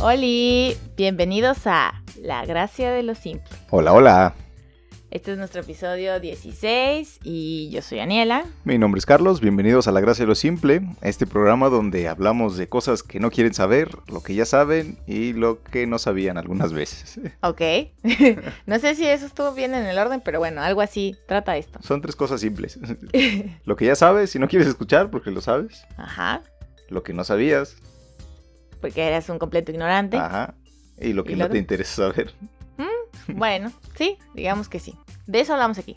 Oli, bienvenidos a La Gracia de lo Simple. Hola, hola. Este es nuestro episodio 16 y yo soy Aniela. Mi nombre es Carlos, bienvenidos a La Gracia de lo Simple, este programa donde hablamos de cosas que no quieren saber, lo que ya saben y lo que no sabían algunas veces. Ok. no sé si eso estuvo bien en el orden, pero bueno, algo así trata esto. Son tres cosas simples. lo que ya sabes si no quieres escuchar porque lo sabes, Ajá. lo que no sabías, Porque eres un completo ignorante. ajá, y lo que ¿Y no lo te de- interesa saber. Bueno, sí, digamos que sí. De eso hablamos aquí.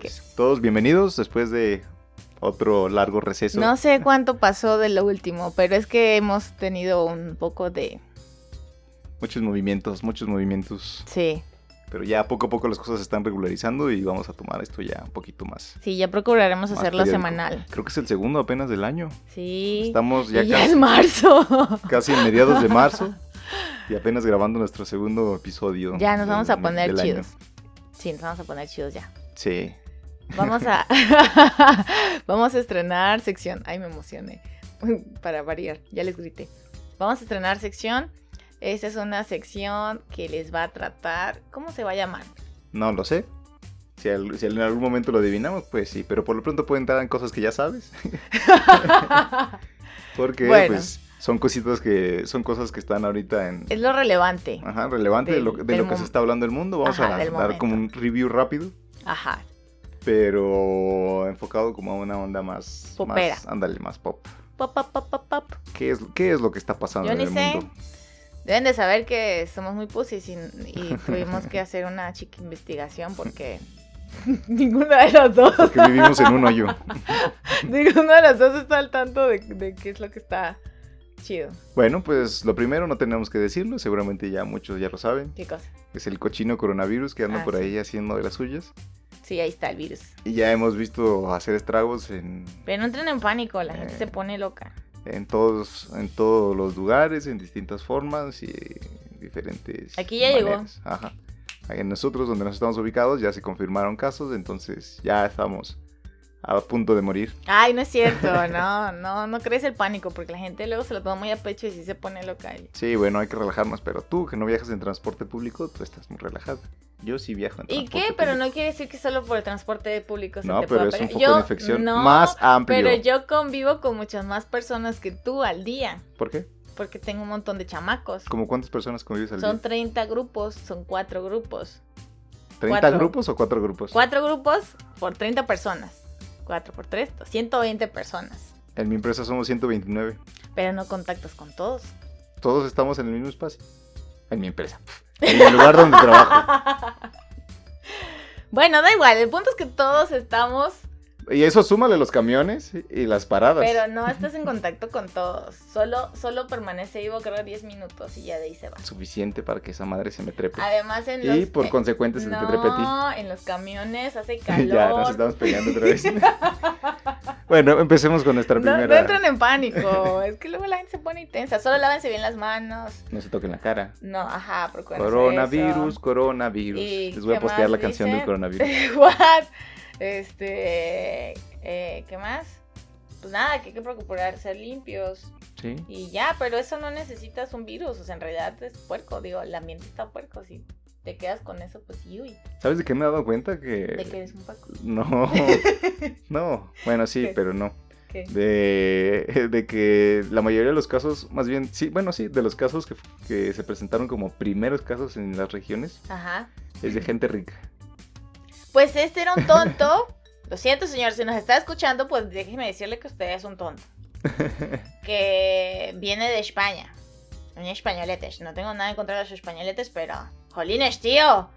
Pues, todos bienvenidos después de otro largo receso. No sé cuánto pasó de lo último, pero es que hemos tenido un poco de... Muchos movimientos, muchos movimientos, Sí, pero ya poco a poco las cosas se están regularizando y vamos a tomar esto ya un poquito más. sí, ya procuraremos más hacerlo periódico. semanal. Creo que es el segundo apenas del año. Sí. Estamos ya Y ya casi, es marzo. casi en mediados de marzo y apenas grabando nuestro segundo episodio. Ya nos del- vamos a poner del año. chidos. Sí, nos vamos a poner chidos ya. Sí. Vamos a Vamos a estrenar sección. Ay, me emocioné. Para variar, ya les grité. Vamos a estrenar sección. Esta es una sección que les va a tratar. ¿Cómo se va a llamar? No lo sé. Si, al- si en algún momento lo adivinamos, pues sí. Pero por lo pronto pueden entrar en cosas que ya sabes. Porque Bueno. pues, son cositas que son cosas que están ahorita en es lo relevante. ajá, relevante de, del- lo, de del lo que mom- se está hablando el mundo. Vamos Ajá, a del dar como un review rápido, Ajá. pero enfocado como a una onda más Popera. más ándale, más pop. Pop, pop, pop, pop, pop. ¿Qué es qué es lo que está pasando Yo en ni el sé. mundo? Deben de saber que somos muy pusis y, y tuvimos que hacer una chica investigación porque ninguna de las dos Porque vivimos en un hoyo. Ninguna de las dos está al tanto de, de qué es lo que está chido. Bueno, pues lo primero no tenemos que decirlo, seguramente ya muchos ya lo saben. ¿Qué cosa? Es el cochino coronavirus que anda Ah, por sí. ahí haciendo de las suyas. Sí, ahí está el virus. Y ya hemos visto hacer estragos en, Pero no entren en pánico, la gente Eh. se pone loca. en todos, en todos los lugares, en distintas formas y en diferentes. Aquí ya llegó. llegó. Ajá. En nosotros, donde nos estamos ubicados, ya se confirmaron casos, entonces ya estamos a punto de morir. Ay, no es cierto, no, no, no crees el pánico, porque la gente luego se lo toma muy a pecho y sí se pone loca. Y- Sí, bueno, hay que relajarnos, pero tú que no viajas en transporte público, tú estás muy relajada. Yo sí viajo en ¿Y transporte qué? Pero no quiere decir que solo por el transporte público se No, te pero pueda es un pegar. foco Yo- de infección no, más amplio. Pero yo convivo con muchas más personas que tú al día, ¿Por qué? porque tengo un montón de chamacos. ¿Como cuántas personas convives al Son día? 30 grupos, son cuatro grupos. ¿30 cuatro. grupos o 4 grupos? Cuatro grupos por 30 personas. Cuatro por tres, 120 personas. En mi empresa somos 129. Pero no contactas con todos. Todos estamos en el mismo espacio. En mi empresa. En el lugar donde trabajo. Bueno, da igual, el punto es que todos estamos, Y eso súmale los camiones y las paradas. pero no estás en contacto con todos. Solo, solo permanece vivo creo 10 minutos y ya de ahí se va. Suficiente para que esa madre se me trepe. Además en los... y por eh, consecuente se te trepe a no, en los camiones hace ti. calor. ya, nos estamos peleando otra vez. bueno, empecemos con nuestra No, primera. no entren en pánico, es que luego la gente se pone intensa. Solo lávense bien las manos. No se toquen la cara. No, ajá, procuren hacer Coronavirus, eso. coronavirus. ¿Y Les voy a qué postear más la canción del dicen? coronavirus. What? Este, eh, ¿qué más? Pues nada, que hay que procurar ser limpios Sí. y ya, pero eso no necesitas un virus, o sea, en realidad es puerco, digo, el ambiente está puerco, si te quedas con eso, pues yui, ¿Sabes de qué me he dado cuenta? Que. te quedes un puerco. No, no, bueno, sí, ¿Qué? pero no. ¿Qué? De, de que la mayoría de los casos, más bien, sí, bueno, sí, de los casos que, que se presentaron como primeros casos en las regiones, Ajá. es de gente rica. Pues este era un tonto. Lo siento, señor, si nos está escuchando, pues déjeme decirle que usted es un tonto. que viene de España. Un españoletes. No tengo nada en contra de los españoletes, pero. Jolines, tío.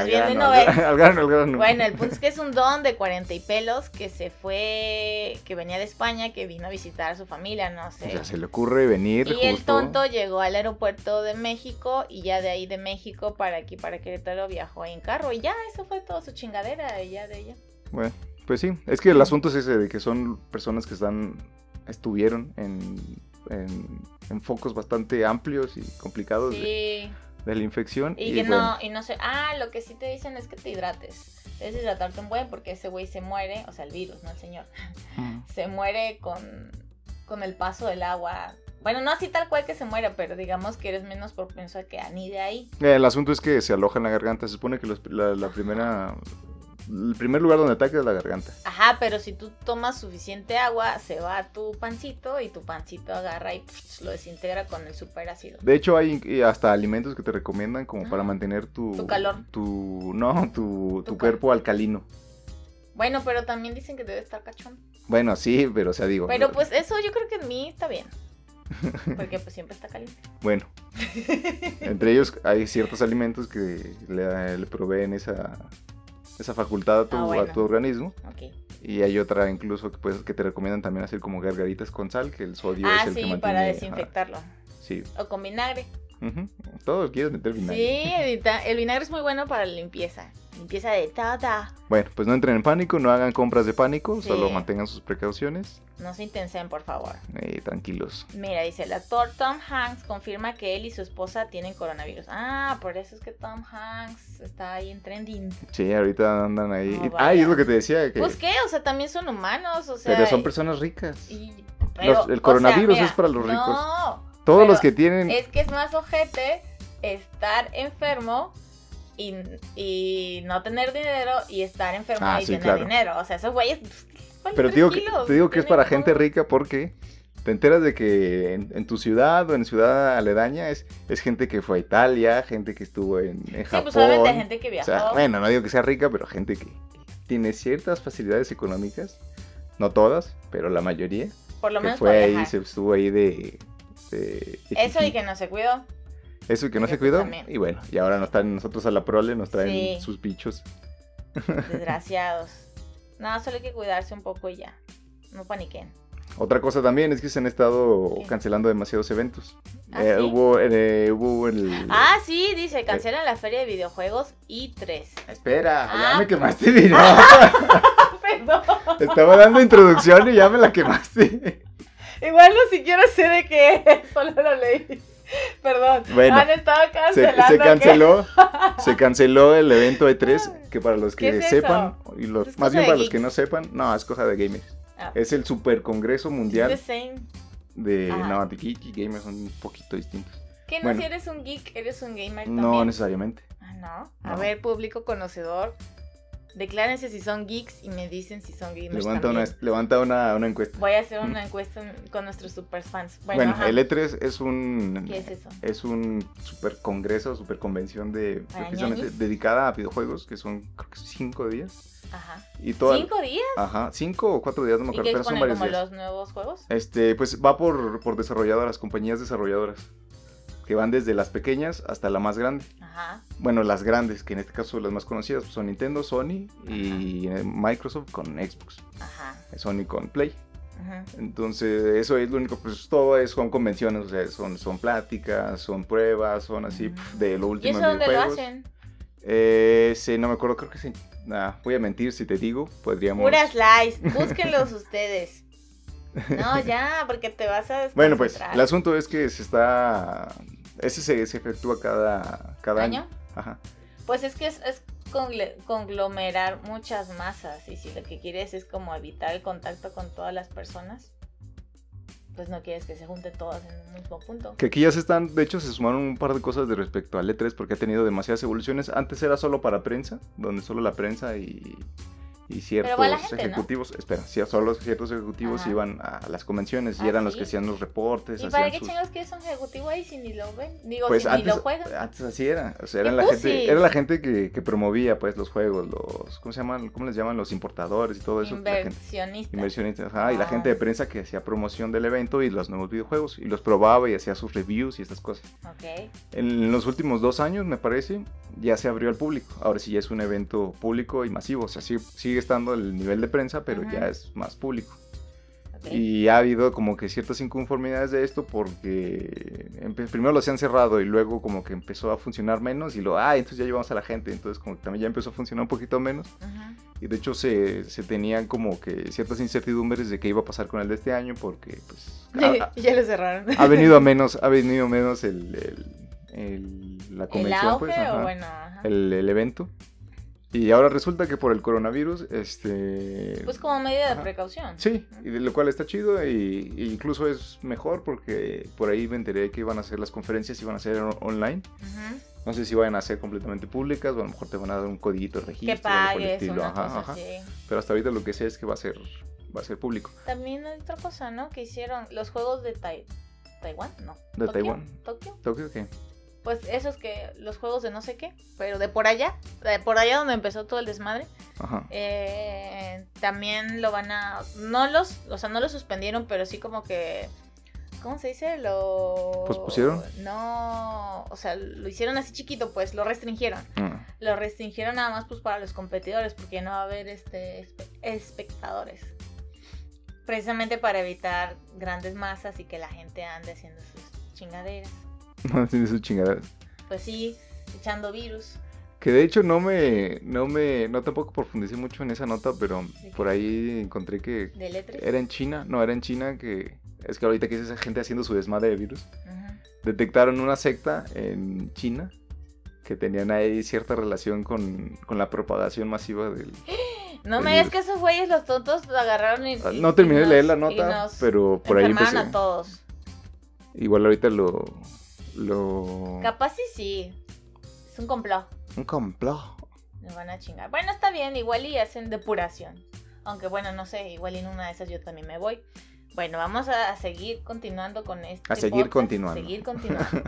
Estás al viendo y grano, no ves. al gra- Al grano, al grano. Bueno, el punto es que es un don de cuarenta y pelos que se fue, que venía de España, que vino a visitar a su familia, no O sé. sea, se le ocurre venir Y el justo- tonto llegó al aeropuerto de México y ya de ahí de México para aquí, para Querétaro, viajó en carro y ya, eso fue toda su chingadera, y ya de ella. Bueno, pues sí, es que el asunto es ese de que son personas que están, estuvieron en, en, en focos bastante amplios y complicados de, Sí, de la infección. y, que Pues, bueno, no, y no sé, ah, lo que sí te dicen es que te hidrates, debes hidratarte un buen porque ese güey se muere, o sea, el virus, no el señor, mm, se muere con, con el paso del agua Bueno, no así tal cual que se muera, pero digamos que eres menos propenso a que anide ahí. Eh, El asunto es que se aloja en la garganta. Se supone que los- la, la primera. El primer lugar donde ataca es la garganta. Ajá, pero si tú tomas suficiente agua, se va a tu pancito y tu pancito agarra y pf, lo desintegra con el superácido. De hecho, hay inc- hasta alimentos que te recomiendan como para Ah. mantener tu. Tu calor. Tu. No, tu, tu Tu cal- cuerpo alcalino. Bueno, pero también dicen que debe estar cachón. Bueno, sí, pero o sea, digo. Pero pues eso yo creo que en mí está bien. Porque pues siempre está caliente. Bueno. Entre ellos hay ciertos alimentos que le, le proveen esa, esa facultad a tu, Ah, bueno. a tu organismo. Ok. Y hay otra incluso que, pues, que te recomiendan también hacer como gargaritas con sal, que el sodio ah, es el que sí, mantiene... para ajá, desinfectarlo. sí. O con vinagre. Ujú. Todos quieres meter vinagre. Sí, evita- el vinagre es muy bueno para la limpieza. Limpieza de tada. Bueno, pues no entren en pánico, no hagan compras de pánico, Sí. solo mantengan sus precauciones. No se intensen, por favor. eh, tranquilos. Mira, dice el actor Tom Hanks confirma que él y su esposa tienen coronavirus. Ah, por eso es que Tom Hanks está ahí en trending. Sí, ahorita andan ahí. No, y- vaya. ah, y es lo que te decía, que... Pues qué, o sea, también son humanos, o sea. pero son personas ricas. y- pero, Los- el o sea, coronavirus mira, es para los No, Todos los que pero tienen... es que es más ojete estar enfermo y, y no tener dinero y estar enfermo Ah, y sí, tener claro. dinero. O sea, esos güeyes. pff, valen Pero tres te digo, que, kilos, te digo que es tienen para gente todo. rica porque te enteras de que en, en tu ciudad o en ciudad aledaña es, es gente que fue a Italia, gente que estuvo en, en Sí, Japón. pues obviamente gente que o viajó. sea, bueno, no digo que sea rica, pero gente que tiene ciertas facilidades económicas, no todas, pero la mayoría, por lo que menos fue para ahí, viajar. se estuvo ahí de... de- de Eso y chiqui. que no se cuidó. Eso y que no Yo se cuidó. también. Y bueno, y ahora nos traen nosotros a la prole, nos traen Sí. sus bichos. Desgraciados. Nada, solo hay que cuidarse un poco y ya. No paniquen. Otra cosa también es que se han estado ¿Qué? cancelando demasiados eventos. ¿Ah, Eh, sí? hubo, eh, hubo el... Ah, sí, Eh. dice, cancelan la feria de videojuegos y 3. Espera, Ah. ya me quemaste dinero. Perdón. Estaba dando introducción y ya me la quemaste. Igual no siquiera sé de qué es, solo lo leí. Perdón. Bueno, Han estado Se, cancelando. se ¿qué? canceló, se canceló el evento de 3 que para los que ¿Qué es eso? sepan, y los, Es más cosa bien de para los geeks. que no sepan, no, es cosa de gamers. Ah. Es el super congreso The mundial same. de... Ajá. No, de geek y gamers son un poquito distintos. Que no Bueno. si eres un geek, eres un gamer también. No necesariamente. Ah, no. A No. ver, público conocedor, declárense si son geeks y me dicen si son gamers Levanta, también. una, levanta una, una encuesta. Voy a hacer una encuesta con nuestros super fans. Bueno, Bueno, ajá. el E3 es un... ¿qué es eso? es un super congreso, super convención de Para precisamente ñoños. dedicada a videojuegos, que son creo que cinco días. Ajá. Y toda, ¿Cinco días? Ajá, cinco o cuatro días, no me ¿Y acuerdo, qué pero son exponen varios como días. los nuevos juegos? Este, pues va por, por desarrolladoras, compañías desarrolladoras, que van desde las pequeñas hasta la más grande. Ajá. Bueno, las grandes, que en este caso las más conocidas pues, son Nintendo, Sony y eh, Microsoft con Xbox, Ajá. Sony con Play. ajá. Entonces, eso es lo único, pues todo es, son convenciones, o sea, son, son pláticas, son pruebas, son así Mm. pf, de lo ¿Y último eso en dónde lo videojuegos. hacen? Eh, sí, no me acuerdo, creo que sí. Nah, voy a mentir si te digo, podríamos... Puras lies. Búsquenlos ustedes. No, ya, porque te vas a Bueno, pues, desconcentrar. el asunto es que se está... Ese se, se efectúa cada, cada año. ¿Año? Ajá. Pues es que es, es congle- conglomerar muchas masas. Y si lo que quieres es como evitar el contacto con todas las personas, pues no quieres que se junten todas en un mismo punto. Que aquí ya se están, de hecho se sumaron un par de cosas de respecto al E3 porque ha tenido demasiadas evoluciones. Antes era solo para prensa, donde solo la prensa y, y va ciertos la gente, ¿no? ejecutivos, espera, sí, solo ciertos ejecutivos Ajá. iban a las convenciones y Ah, eran los sí. que hacían los reportes. ¿Y hacían para qué Pues sus- chingados quieres un ejecutivo ahí si ni lo ven? Digo, Pues si ni antes, lo juegan. antes así era, o sea, eran la pues gente, sí. era la gente que, que promovía pues los juegos, los ¿cómo se llaman? ¿Cómo les llaman? Los importadores y todo eso, la gente- Inversionista. inversionistas, ajá, y la Ah. gente de prensa que hacía promoción del evento y los nuevos videojuegos y los probaba y hacía sus reviews y estas cosas. Ok. En los últimos dos años, me parece, ya se abrió al público. Ahora sí ya es un evento público y masivo. O sea, sí- sigue estando el nivel de prensa, pero Ajá. ya es más público. ok. Y ha habido como que ciertas inconformidades de esto porque empe- primero lo hacían cerrado y luego como que empezó a funcionar menos y lo, ah, entonces ya llevamos a la gente, entonces como que también ya empezó a funcionar un poquito menos. Ajá. Y de hecho se, se tenían como que ciertas incertidumbres de qué iba a pasar con el de este año porque pues ha, ha- ya lo cerraron. ha venido a menos, ha venido menos el, el- el- la El convención auge pues, o ajá, bueno, ajá. el, el evento. Y ahora resulta que por el coronavirus, este... Pues como medida de Ajá. precaución. Sí, y de lo cual está chido y, y incluso es mejor porque por ahí me enteré que iban a hacer las conferencias, iban a ser on- online. Ujú. No sé si vayan a ser completamente públicas o a lo mejor te van a dar un codiguito de registro. Que o algo por el pagues, estilo. una Ajá, cosa ajá. así. Pero hasta ahorita lo que sé es que va a ser, va a ser público. También hay otra cosa, ¿no? Que hicieron los juegos de Tai- Taiwán, no. De ¿Tokio? Taiwán. ¿Tokio? Tokio, ¿qué? Pues esos que los juegos de no sé qué, pero de por allá, de por allá donde empezó todo el desmadre, Ajá. eh, también lo van a, no los, o sea, no los suspendieron, pero sí como que, ¿cómo se dice? Lo ¿Pospusieron? No, o sea, lo hicieron así chiquito, pues, lo restringieron. Mm. Lo restringieron nada más pues para los competidores, porque ya no va a haber este espe- espectadores. Precisamente para evitar grandes masas y que la gente ande haciendo sus chingaderas. No tiene sus chingaderas. Pues sí, echando virus. Que de hecho no me, no me, no tampoco profundicé mucho en esa nota, pero Sí. por ahí encontré que De letras. era en China, no, era en China que, es que ahorita que es esa gente haciendo su desmadre de virus. Ujú. detectaron una secta en China que tenían ahí cierta relación con, con la propagación masiva del... No me El digas virus. que esos güeyes los tontos lo agarraron y. y- Pues ah, No terminé y de leer la nos- y nota, nos pero por ahí enfermaron empecé. a todos. Igual ahorita lo... lo... Capaz sí, sí. Es un complot. Un complot. Nos van a chingar. Bueno, está bien, igual y hacen depuración. Aunque bueno, no sé, igual y en una de esas yo también me voy. Bueno, vamos a, a seguir continuando con este. A seguir podcast, continuando. Seguir continuando.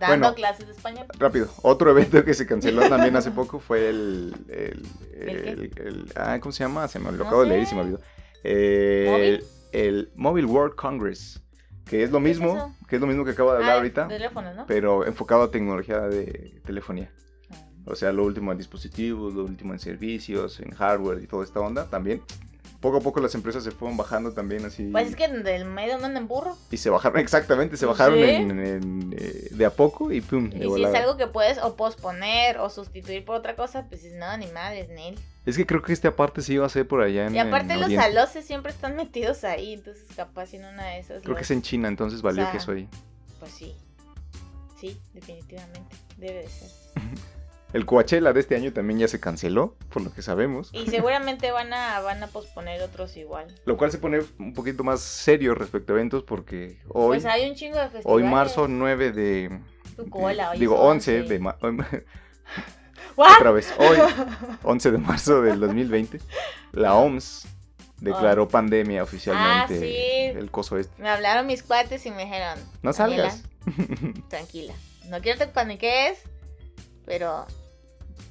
Dando Bueno. clases de español. Rápido, otro evento que se canceló también hace poco fue el... el, ¿El qué? el- el- ah, ¿Cómo se llama? Se me lo No acabo de sé. leer y se me olvidó. Eh, el, el Mobile World Congress, que es lo ¿Qué es mismo, eso? que es lo mismo que acabo de hablar Ah, ahorita, Teléfono, ¿no? pero enfocado a tecnología de telefonía. Ah. O sea, lo último en dispositivos, lo último en servicios, en hardware y toda esta onda también. Poco a poco las empresas se fueron bajando también así. Pues es que del medio no andan burro. Y se bajaron, exactamente, se bajaron Sí. en- en, eh, de a poco y pum, Y de si es volada. algo que puedes o posponer o sustituir por otra cosa, pues no, ni madres, Nel. Es que creo que este aparte sí iba a ser por allá en Y aparte en los Oriente. saloces siempre están metidos ahí, entonces capaz en una de esas... Creo que los- es en China, entonces valió O sea, que soy. Pues sí. Sí, definitivamente. Debe de ser. El Coachella de este año también ya se canceló, por lo que sabemos. Y seguramente van a, van a posponer otros igual. Lo cual se pone un poquito más serio respecto a eventos porque hoy, pues hay un chingo de festivales. hoy marzo 9 de... Tu cola, hoy digo, es 11 de... ma- ¿What? Otra vez, hoy, 11 de marzo del 2020, la OMS declaró pandemia oficialmente Ah, sí. el coso este. Me hablaron mis cuates y me dijeron, No salgas. tranquila, no quiero que te paniques, pero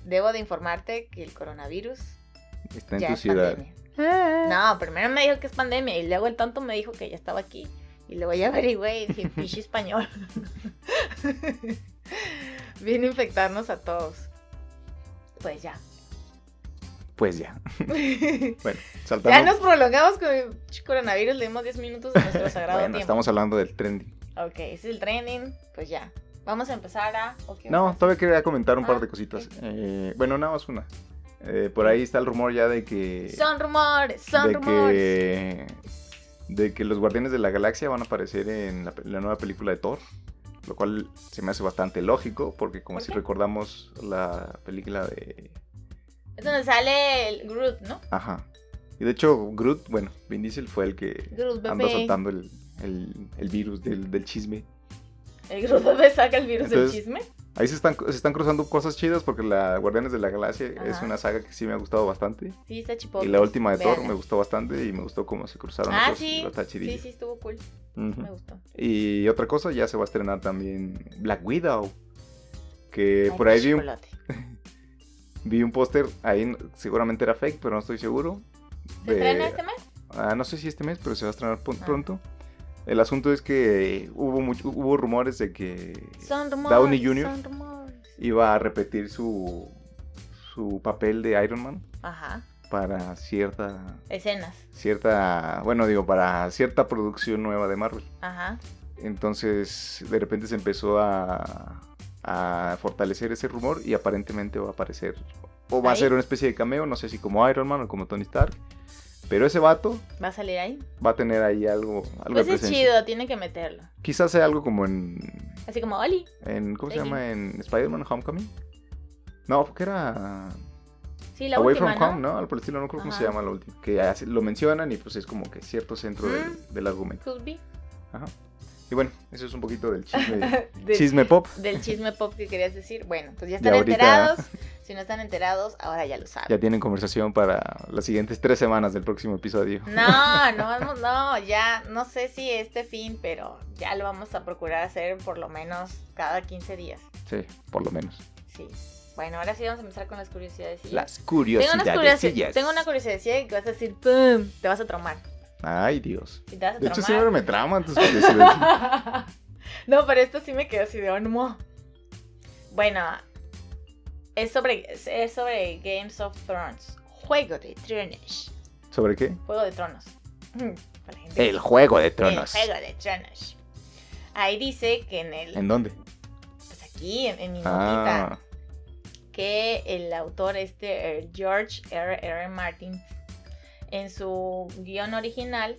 debo de informarte que el coronavirus Está en ya tu es ciudad. pandemia. No, primero me dijo que es pandemia y luego el tonto me dijo que ya estaba aquí. Y luego ya averigüé y dije, pinche español. Viene a infectarnos a todos. Pues ya. Pues ya. Bueno, ya saltando. nos prolongamos con el pinche coronavirus, le dimos 10 minutos de nuestro sagrado bueno, tiempo. estamos hablando del trending. Ok, ese es el trending, pues ya. Vamos a empezar a... ¿o qué No, más? todavía quería comentar un Ah, par de cositas. ok. Eh, bueno, nada más una. Eh, por ahí está el rumor ya de que. Son rumores, son de rumores. que. De que los Guardianes de la Galaxia van a aparecer en la, pe- la nueva película de Thor. Lo cual se me hace bastante lógico, porque como ¿Por si qué? recordamos la película de. Es donde sale el Groot, ¿no? Ajá. Y de hecho, Groot, bueno, Vin Diesel fue el que Groot anda bebé. soltando el, el- el virus del, del chisme. El Groot bebé saca el virus Entonces, del chisme. Ahí se están, se están cruzando cosas chidas porque la Guardianes de la Galaxia es Ajá. una saga que sí me ha gustado bastante. Sí, está chipotle. y la última de Thor Véanla. me gustó bastante y me gustó cómo se cruzaron Ah, esos- sí. está Mm. Eh, chidillo. Sí, sí, estuvo cool. Ujú. Me gustó. Y otra cosa, ya se va a estrenar también Black Widow. Que por ahí vi un, Chocolate. vi un póster, ahí no- seguramente era fake, pero no estoy seguro. ¿Se de- estrena este mes? Ah, no sé si este mes, pero se va a estrenar pon- Ah. pronto. El asunto es que hubo mucho- hubo rumores de que Son rumores. Downey Jr. Son rumores. iba a repetir su su papel de Iron Man Ajá. para cierta Escenas. cierta, bueno, digo, para cierta producción nueva de Marvel. Ajá. Entonces, de repente se empezó a a fortalecer ese rumor y aparentemente va a aparecer o va a Ahí. ser una especie de cameo, no sé si como Iron Man o como Tony Stark, pero ese vato ¿Va a salir ahí? va a tener ahí algo, algo de Pues es presencia. chido, tiene que meterlo. Quizás sea algo como en. Así como, Oli. en ¿Cómo se Thank you. llama? En Spider-Man Homecoming. No, porque era. Sí, la Away última, from Home, ¿no? ¿no? Al por el estilo, no creo cómo se Ajá. llama la última. Que hace- lo mencionan y pues es como que cierto centro Mm. del, del argumento. Could be. Ajá. Y bueno, eso es un poquito del chisme, chisme pop. del chisme pop que querías decir. Bueno, pues ya Ya están ahorita. enterados. Si no están enterados, ahora ya lo saben. Ya tienen conversación para las siguientes tres semanas del próximo episodio. No, no, vamos- no, ya, no sé si este fin, pero ya lo vamos a procurar hacer por lo menos cada 15 días. Sí, por lo menos. Sí. Bueno, ahora sí vamos a empezar con las curiosidades. Las tengo, unas curiosidades. curiosidades tengo una curiosidad que vas a decir, ¡pum! Te vas a tromar. Ay, Dios. Y te vas a De hecho, siempre tromar. me traman tus curiosidades. no, pero esto sí me quedó así de ánimo. Bueno, es sobre, es sobre Games of Thrones. Juego de Tronos. ¿Sobre qué? Juego de Tronos. Mm, Para la gente El Juego de El Tronos. Juego de Tronos. Ahí dice que en el. ¿En dónde? Pues aquí, en, en mi notita, Ah, que el autor este, eh, George R. R. Martin, en su guión original,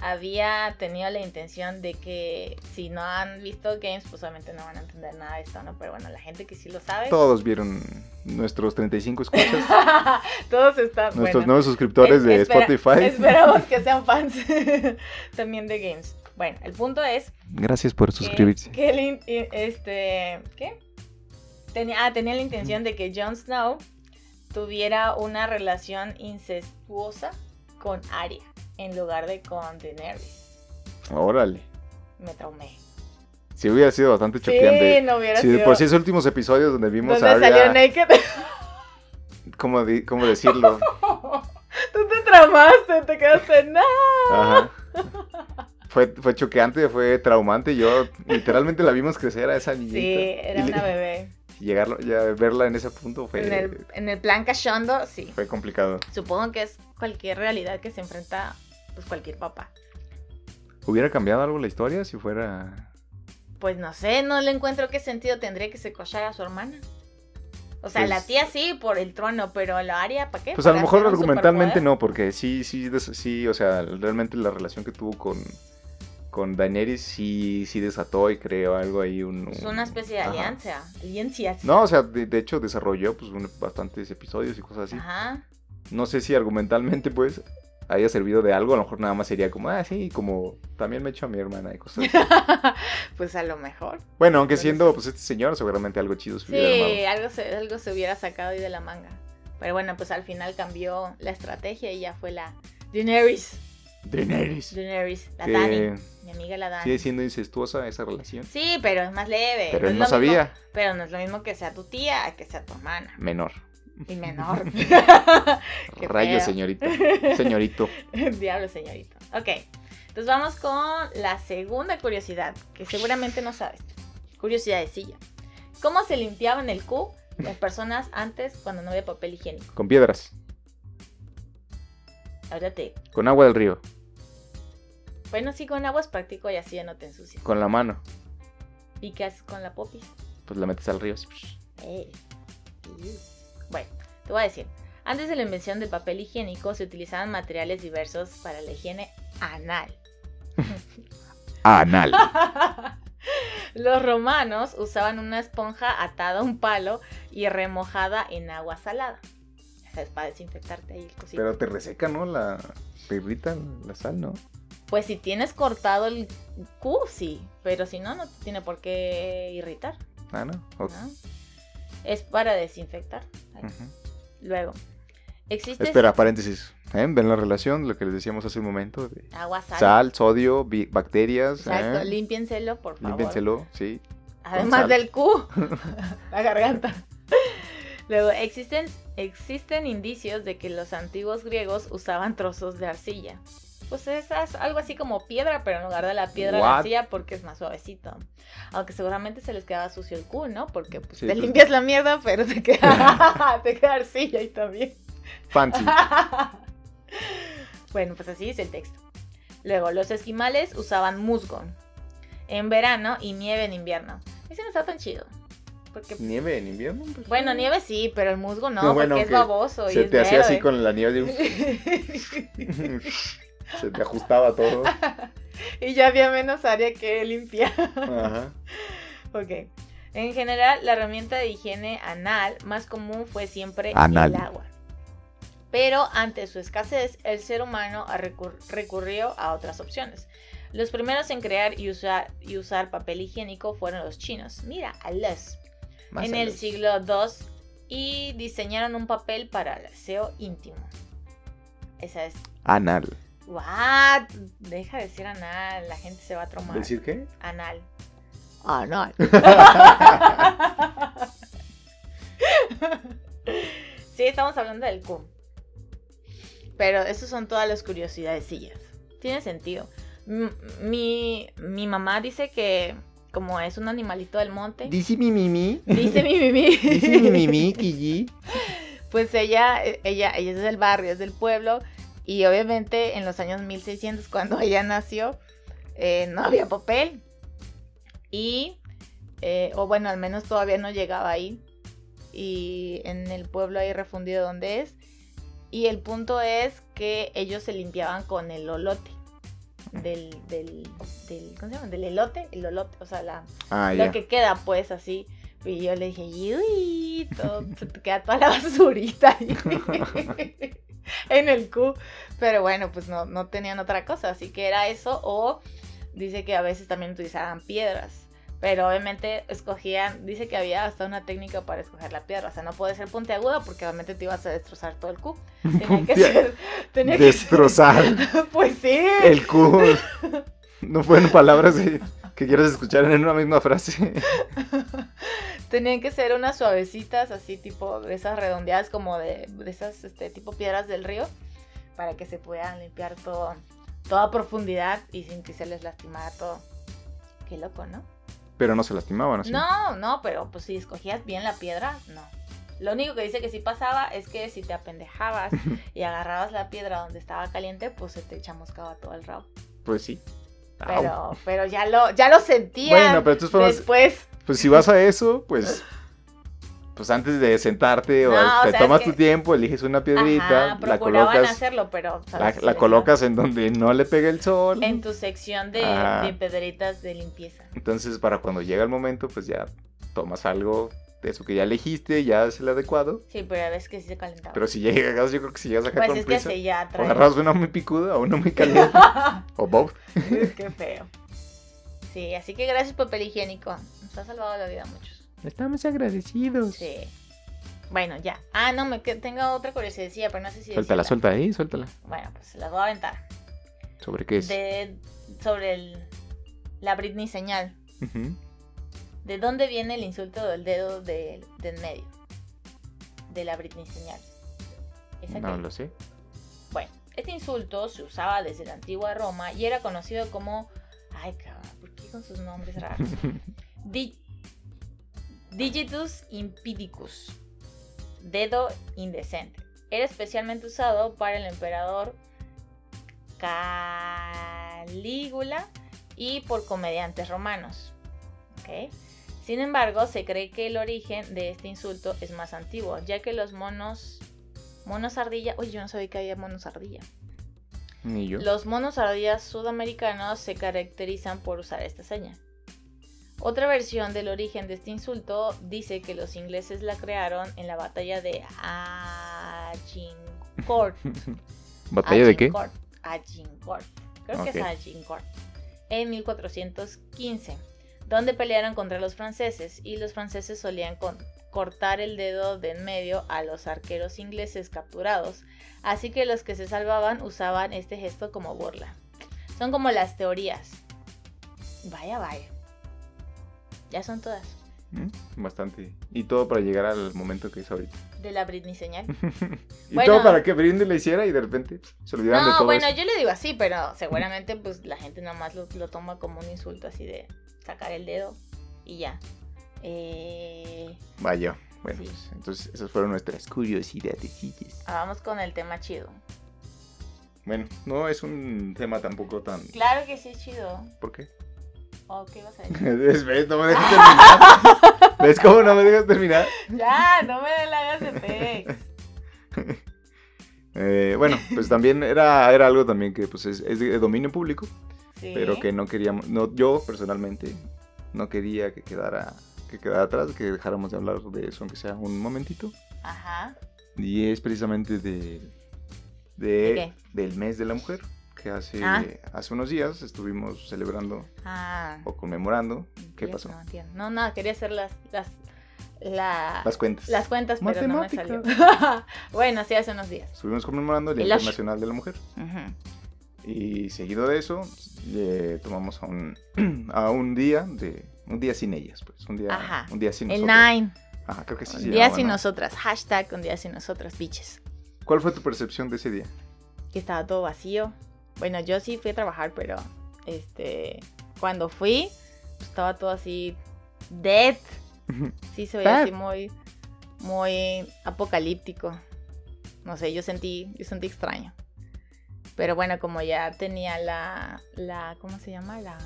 había tenido la intención de que si no han visto games, pues obviamente no van a entender nada de esto, ¿no? Pero bueno, la gente que sí lo sabe. todos vieron nuestros 35 escuchas, Todos están. nuestros bueno. nuevos suscriptores de Espera- Spotify. Esperamos que sean fans también de games. Bueno, el punto es Gracias por que- suscribirse. Que, el in- i- este, ¿qué? Tenía, ah, tenía la intención de que Jon Snow tuviera una relación incestuosa con Arya en lugar de con Daenerys. Órale. Me traumé. Si hubiera sido bastante Sí, choqueante. no hubiera Si de sido. por sí esos últimos episodios donde vimos ¿Dónde a salió Arya, Naked? ¿cómo, di- cómo decirlo? Tú te tramaste, te quedaste nada. Ajá. Fue, fue choqueante, fue traumante. Yo literalmente la vimos crecer a esa niñita. Sí, era Y le- una bebé. Llegarlo, ya verla en ese punto fue, En el, en el plan cachondo, sí. fue complicado. Supongo que es cualquier realidad que se enfrenta pues cualquier papá. ¿Hubiera cambiado algo la historia si fuera Pues no sé, no le encuentro qué sentido tendría que se cochara a su hermana. O sea, Pues- la tía sí, por el trono, pero la Aria, ¿para qué? Pues a lo ¿Para mejor hacer Eh, un argumentalmente superpoder? no, porque sí, sí, des- sí, o sea, realmente la relación que tuvo con, con Daenerys sí, sí desató y creó algo ahí. Un, Es un- una especie de ajá. alianza. Alianzas. No, o sea, de, de hecho desarrolló pues un- bastantes episodios y cosas así. Ajá. No sé si argumentalmente pues haya servido de algo, a lo mejor nada más sería como, ah, sí, como también me echo a mi hermana y cosas así. pues a lo mejor. bueno, aunque Entonces- siendo pues este señor seguramente algo chido se Sí, hubiera armado. algo se, algo se hubiera sacado ahí de la manga. Pero bueno, pues al final cambió la estrategia y ya fue la Daenerys. Daenerys. Daenerys, la Dani. Que Mi amiga la Dani. sigue Sí, siendo incestuosa esa relación. pero es más leve. Pero es él no lo mismo- sabía. pero no es lo mismo que sea tu tía a que sea tu hermana. Menor. Y menor. Qué Rayo, feo. señorita. Señorito. Diablo, señorito. Ok. Entonces vamos con la segunda curiosidad, que seguramente no sabes. Curiosidad de silla. ¿Cómo se limpiaban el Q las personas antes cuando no había papel higiénico? Con piedras. Ahora te. Con agua del río. Bueno, sí, con aguas práctico y así ya no te ensucias. Con la mano. ¿Y qué haces con la popis? Pues la metes al río. así, psh. Eh. Bueno, te voy a decir. Antes de la invención del papel higiénico se utilizaban materiales diversos para la higiene anal. Anal. Ah, Los romanos usaban una esponja atada a un palo y remojada en agua salada. O sea, Es para desinfectarte ahí el cosito. Pero te reseca, ¿no? La. Te irrita la sal, ¿no? Pues si tienes cortado el Q, sí. Pero si no, no te tiene por qué irritar. Ah, no. ¿no? Ok. Es para desinfectar. Ujú. Luego, existe Espera, paréntesis. ¿eh? Ven la relación, lo que les decíamos hace un momento. de agua salada. Sal, sodio, bi- bacterias. Exacto, ¿eh? límpienselo, por favor. Límpienselo, sí. Además sal. del Q, la garganta. Luego, existen, existen indicios de que los antiguos griegos usaban trozos de arcilla. Pues es as- algo así como piedra, pero en lugar de la piedra, la What? arcilla, porque es más suavecito. Aunque seguramente se les quedaba sucio el Q, ¿no? Porque pues, Sí, te pues- limpias la mierda, pero te queda, te queda arcilla y también. Fancy. bueno, pues así dice el texto. Luego, los esquimales usaban musgo en verano y nieve en invierno. Ese no está tan chido. Porque, ¿Nieve en invierno? Pues, bueno, nieve sí, pero el musgo no, No, bueno, porque es que baboso. y Se es ¿eh? te hacía así verde. con la nieve de un- Se te ajustaba todo. y ya había menos área que limpiar. Ajá. Ok. En general, la herramienta de higiene anal más común fue siempre Anal. el agua. Pero ante su escasez, el ser humano a recur- recurrió a otras opciones. Los primeros en crear y usar, y usar papel higiénico fueron los chinos. Mira, a los. Más en o el menos. siglo II y diseñaron un papel para el aseo íntimo. Esa es. Anal. ¡What! Deja de decir anal, la gente se va a tromar. ¿Decir qué? Anal. Anal. sí, estamos hablando del cum. Pero esas son todas las curiosidadecillas. Tiene sentido. M- mi, mi mamá dice que como es un animalito del monte, Dice mi mimi. dice mi mimi. Dice mi mimi, Kiji. Pues ella, ella, ella es del barrio, es del pueblo. Y obviamente en los años 1600, cuando ella nació, eh, no había papel. Y, eh, o bueno, al menos todavía no llegaba ahí. Y en el pueblo ahí refundido donde es. Y el punto es que ellos se limpiaban con el olote. Del, del, del, ¿cómo se llama? Del elote, el olote, o sea, la, Ah, lo ya. que queda, pues, así. Y yo le dije, uy, todo, se te queda toda la basurita ahí en el Q. Pero bueno, pues no, no tenían otra cosa, así que era eso. O dice que a veces también utilizaban piedras. Pero obviamente escogían, dice que había hasta una técnica para escoger la piedra. O sea, no puede ser puntiaguda porque obviamente te ibas a destrozar todo el Q. Tenía que ser. Tenía que ser- Destrozar Pues sí. el cu. No fueron palabras de- que quieras escuchar en una misma frase. Tenían que ser unas suavecitas, así tipo de esas redondeadas, como de, de esas este, tipo piedras del río, para que se pudieran limpiar todo, toda profundidad y sin que se les lastimara todo. Qué loco, ¿no? Pero no se lastimaban así. No, no, pero pues si escogías bien la piedra, no. Lo único que dice que sí pasaba es que si te apendejabas y agarrabas la piedra donde estaba caliente, pues se te chamuscaba todo el rabo. Pues sí. Au. Pero, pero ya lo, ya lo sentían. bueno, pero de todas formas, Después pues si vas a eso, pues. Pues antes de sentarte o No, o te sea, es tomas que- tu tiempo, eliges una piedrita, Ajá, la procuraban colocas. hacerlo, pero La, ¿sabes? la colocas en donde no le pegue el sol. en tu sección de, Ajá. de pedritas de limpieza. Entonces, para cuando llega el momento, pues ya tomas algo de eso que ya elegiste, ya es el adecuado. Sí, pero a veces que sí se calentaba. Pero si llegas, yo creo que si llegas acá pues con es que prisa, se ya o trae. agarras una muy picuda o una muy caliente, o both. Qué feo. Sí, así que gracias papel higiénico. Nos ha salvado la vida a muchos. Estamos agradecidos. Sí. Bueno, ya. Ah, no, me que- tengo otra curiosidad, pero no sé si decirla. Suéltala, suelta ahí, suéltala. Bueno, pues se las voy a aventar. ¿Sobre qué es? De, sobre el, la Britney señal. Ujú. ¿De dónde viene el insulto del dedo de, de en medio? De la Britney señal. Esa No que- lo sé. Bueno, este insulto se usaba desde la antigua Roma y era conocido como. Ay, cabrón, ¿por qué con sus nombres raros? Di- Digitus impidicus, dedo indecente. Era especialmente usado para el emperador Calígula y por comediantes romanos. ¿ok? Sin embargo, se cree que el origen de este insulto es más antiguo, ya que los monos. Monos ardilla. Uy, yo no sabía que había monos ardilla. Ni yo. Los monos ardillas sudamericanos se caracterizan por usar esta seña. Otra versión del origen de este insulto dice que los ingleses la crearon en la batalla de Agincourt. ¿Batalla de qué? Agincourt, Agincourt. Creo que es Ok. Agincourt. En 1415, donde pelearon contra los franceses y los franceses solían con- cortar el dedo de en medio a los arqueros ingleses capturados, así que los que se salvaban usaban este gesto como burla. Son como las teorías. Vaya, vaya. Ya son todas. Mm, Bastante. Y todo para llegar al momento que es ahorita. De la Britney señal. y Bueno. todo para que Brindy le hiciera y de repente pf, se olvidaron de No, todo bueno, eso. yo le digo así, pero seguramente pues la gente nada más lo, lo toma como un insulto así de sacar el dedo y ya. Eh, Vaya. Bueno, Sí. pues, entonces esas fueron nuestras curiosidades. ah, vamos con el tema chido. Bueno, no es un tema tampoco tan... Claro que sí es chido. ¿Por qué? ¿O qué ibas a decir? ¿Ves? ¿Ves? No me dejas terminar. ¿Ves cómo no me dejas terminar? ya, no me hagas de pex. Eh, bueno, pues también era, era algo también que pues es, es de dominio público, Sí. pero que no queríamos, no, yo personalmente no quería que quedara, que quedara atrás, que dejáramos de hablar de eso, aunque sea un momentito. Ajá. Y es precisamente de, ¿De de qué? del mes de la mujer, que hace, Ah. hace unos días estuvimos celebrando Ah. o conmemorando. ¿Qué entiendo, pasó? entiendo. No, nada, quería hacer las, las, la- Las cuentas. las cuentas, pero no me salió. Matemáticas. bueno, sí, hace unos días. Estuvimos conmemorando el Día El ocho. Internacional de la Mujer. Y seguido de eso, eh, tomamos a un, a un día de un día sin ellas, pues, un día, Ajá. un día sin El nosotras. Nine. Ajá, creo que sí. un se día llamaba, sin ¿no? nosotras. Hashtag un día sin nosotras, bitches. ¿Cuál fue tu percepción de ese día? Que estaba todo vacío. Bueno, yo sí fui a trabajar, pero este cuando fui, pues, estaba todo así dead. Sí se veía Dead. así muy, muy apocalíptico. No sé, yo sentí, yo sentí extraño. Pero bueno, como ya tenía la, la, ¿cómo se llama? La,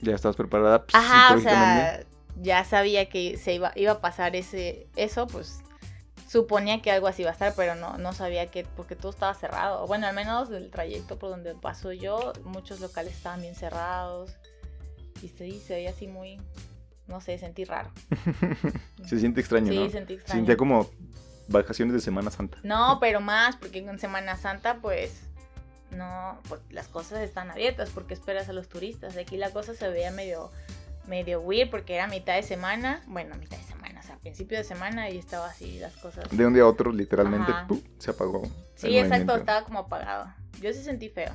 ¿Ya estabas preparada Pues, Ajá, o psicológicamente? sea, ya sabía que se iba, iba a pasar ese, eso, pues suponía que algo así iba a estar, pero no, no sabía que, porque todo estaba cerrado. Bueno, al menos el trayecto por donde paso yo, muchos locales estaban bien cerrados. Y sí, se veía así muy, no sé, sentí raro. Se siente extraño, sí, ¿no? sentí extraño. Sentía como vacaciones de Semana Santa. No, pero más, porque con Semana Santa, pues, no, pues, las cosas están abiertas porque esperas a los turistas. Aquí la cosa se veía medio, medio weird porque era mitad de semana, bueno, mitad de semana, o sea, principio de semana y estaba así las cosas. De un día a otro, literalmente, Ajá. ¡pum! se apagó. Sí, el exacto, movimiento. estaba como apagado. Yo sí sentí feo.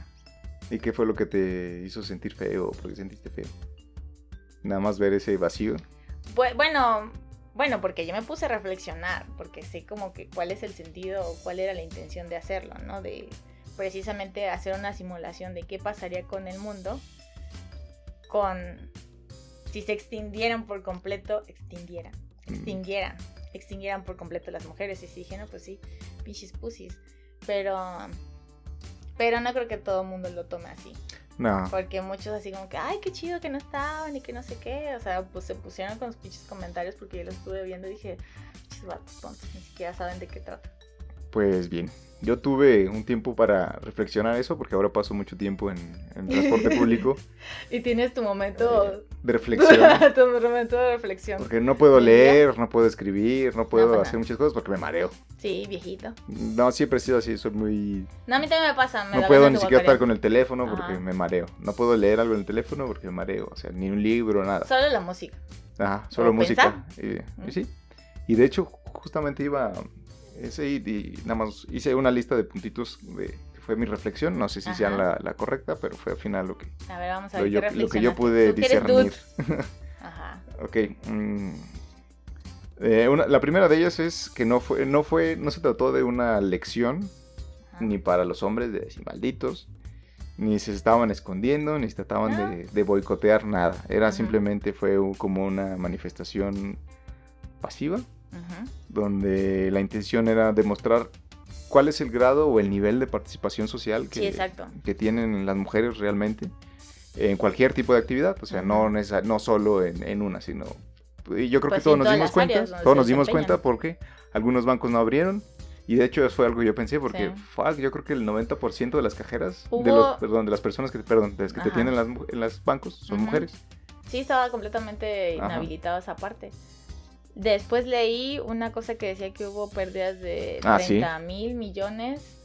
¿Y qué fue lo que te hizo sentir feo? ¿Por qué sentiste feo? Nada más ver ese vacío. Bu- bueno, bueno, porque yo me puse a reflexionar, porque sé como que cuál es el sentido o cuál era la intención de hacerlo, ¿no? De precisamente hacer una simulación de qué pasaría con el mundo con si se extinguieran por completo, extinguieran, Mm, extinguieran, extinguieran por completo las mujeres. Y sí dije, no, pues sí, pinches pussies. Pero, pero no creo que todo el mundo lo tome así. No. Porque muchos así como que, ay, qué chido que no estaban y que no sé qué. O sea, pues se pusieron con los pinches comentarios porque yo lo estuve viendo y dije, pinches vatos tontos, ni siquiera saben de qué trata. Pues bien, yo tuve un tiempo para reflexionar eso porque ahora paso mucho tiempo en, en transporte público Y tienes tu momento, de reflexión. tu momento de reflexión. Porque no puedo Sí, ya. leer, no puedo escribir, no puedo pues, hacer no. muchas cosas porque me mareo. Sí, viejito. No, siempre he sido así, soy muy... No, a mí también me pasa. Me No da puedo bastante ni siquiera estar guacarea. con el teléfono porque Ajá. me mareo. No puedo leer algo en el teléfono porque me mareo. O sea, ni un libro, nada. Solo la música. Ajá, solo música. Y, ¿Mm? y sí. Y de hecho, justamente iba. Ese y, y nada más hice una lista de puntitos de que fue mi reflexión. No sé si sea Ajá. la, la correcta, pero fue al final lo que, A ver, vamos a lo, ver yo, qué lo que yo reflexionaste. pude Tú que eres dude. discernir. Ajá. Ok. mm. Eh, una- la primera de ellas es que no fue, no fue, no se trató de una lección ajá. ni para los hombres de decir malditos, ni se estaban escondiendo, ni se trataban No. de, de boicotear nada. Era Ujú. simplemente fue un- como una manifestación pasiva, Ujú. donde la intención era demostrar cuál es el grado o el nivel de participación social Sí, que, exacto. que tienen las mujeres realmente en cualquier tipo de actividad, o sea, no, Ujú. necesa- no solo en, en una, sino... Y yo creo Pues que todos en nos todas dimos las cuenta, áreas donde todos se nos dimos desempeñan. cuenta porque algunos bancos no abrieron y de hecho eso fue algo que yo pensé porque, Sí. fuck, yo creo que el 90% de las cajeras, de, Hubo- los, perdón, de las personas que, perdón, de las que te Ajá. tienen en las, mu- en las bancos son Ujú. mujeres. Sí, estaba completamente Ajá. inhabilitado esa parte. Después leí una cosa que decía que hubo pérdidas de Ah, 30 mil millones,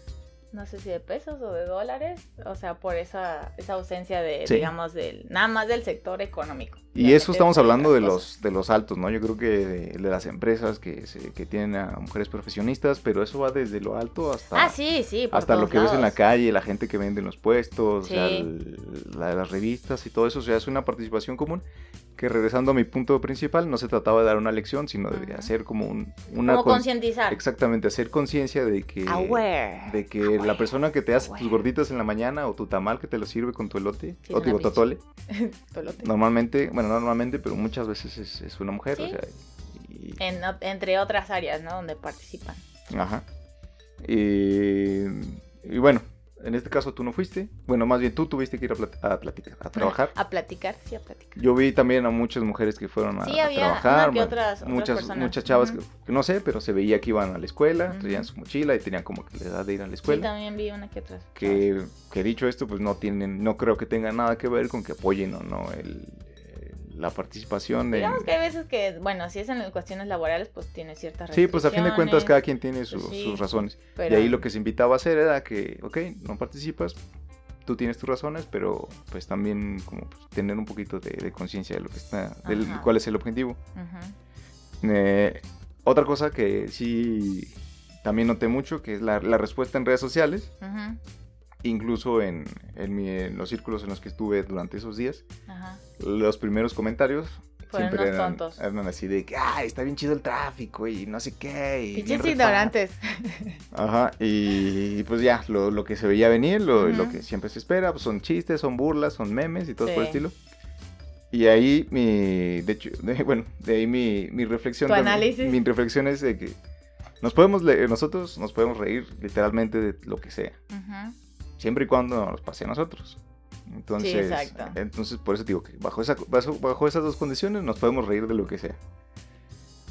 no sé si de pesos o de dólares, o sea, por esa, esa ausencia de, Sí. digamos, del, nada más del sector económico. Y eso estamos hablando de los los, de los altos, ¿no? Yo creo que de, de las empresas que, se- que tienen a mujeres profesionistas, pero eso va desde lo alto hasta... Ah, sí, sí. por hasta lo todos que ves en la lados. calle, la gente que vende en los puestos, o sea, Sí. el- la- las revistas y todo eso, o sea, es una participación común que regresando a mi punto principal, no se trataba de dar una lección, sino de Ujú. hacer como un, Como una Ah, con- concientizar. exactamente, hacer conciencia de que Aware. de que la persona que te hace aware. tus gorditas en la mañana o tu tamal que te lo sirve con tu elote, Ah, Sí, es o una digo, bitch. tu atole, Tolote. normalmente, bueno, no normalmente, pero muchas veces es, es una mujer, o Sí. sea, y- En ot- entre otras áreas, ¿no? Donde participan. Ajá. Eh, y bueno, en este caso tú no fuiste. Bueno, más bien tú tuviste que ir a, plat- a platicar, a trabajar. A platicar, sí, a platicar. Yo vi también a muchas mujeres que fueron a, Sí, a había trabajar. una que bueno, otras- otras muchas, personas. muchas chavas Ujú. que, que no sé, pero se veía que iban a la escuela, Ujú. traían su mochila y tenían como que la edad de ir a la Sí, escuela. también vi una que otra. que, que dicho esto, pues no tienen, no creo que tenga nada que ver con que apoyen o no el- el- la participación en... Digamos que hay veces que, bueno, si es en cuestiones laborales, pues tiene ciertas Sí, pues a fin de restricciones, cuentas Pues cada quien tiene su- sí, sus razones. pero- Y ahí lo que se invitaba a hacer era que, ok, no participas, tú tienes tus razones, pero pues también como pues, tener un poquito de, de conciencia de lo que está, del Ajá. cuál es el objetivo. Ujú. Eh, otra cosa que sí también noté mucho, que es la, la respuesta en redes sociales, Ujú, incluso en, en mi- en los círculos en los que estuve durante esos días, Ajá. los primeros comentarios Fueron siempre unos eran, tontos. eran así de que, ah, está bien chido el tráfico y no sé qué. Y bien Pinches rifado". ignorantes. Ajá, y, y pues ya, lo, lo que se veía venir, lo, Ujú. lo que siempre se espera, pues son chistes, son burlas, son memes y todo por el Sí. estilo. Y ahí mi, de hecho, de- bueno, de ahí mi, mi reflexión. Tu de- análisis. Mi reflexión es de que nos podemos le- nosotros nos podemos reír literalmente de lo que sea, Ujú. siempre y cuando nos pase a nosotros. Entonces, exacto. entonces por eso digo que bajo, esa, bajo, bajo esas dos condiciones nos podemos reír de lo que sea.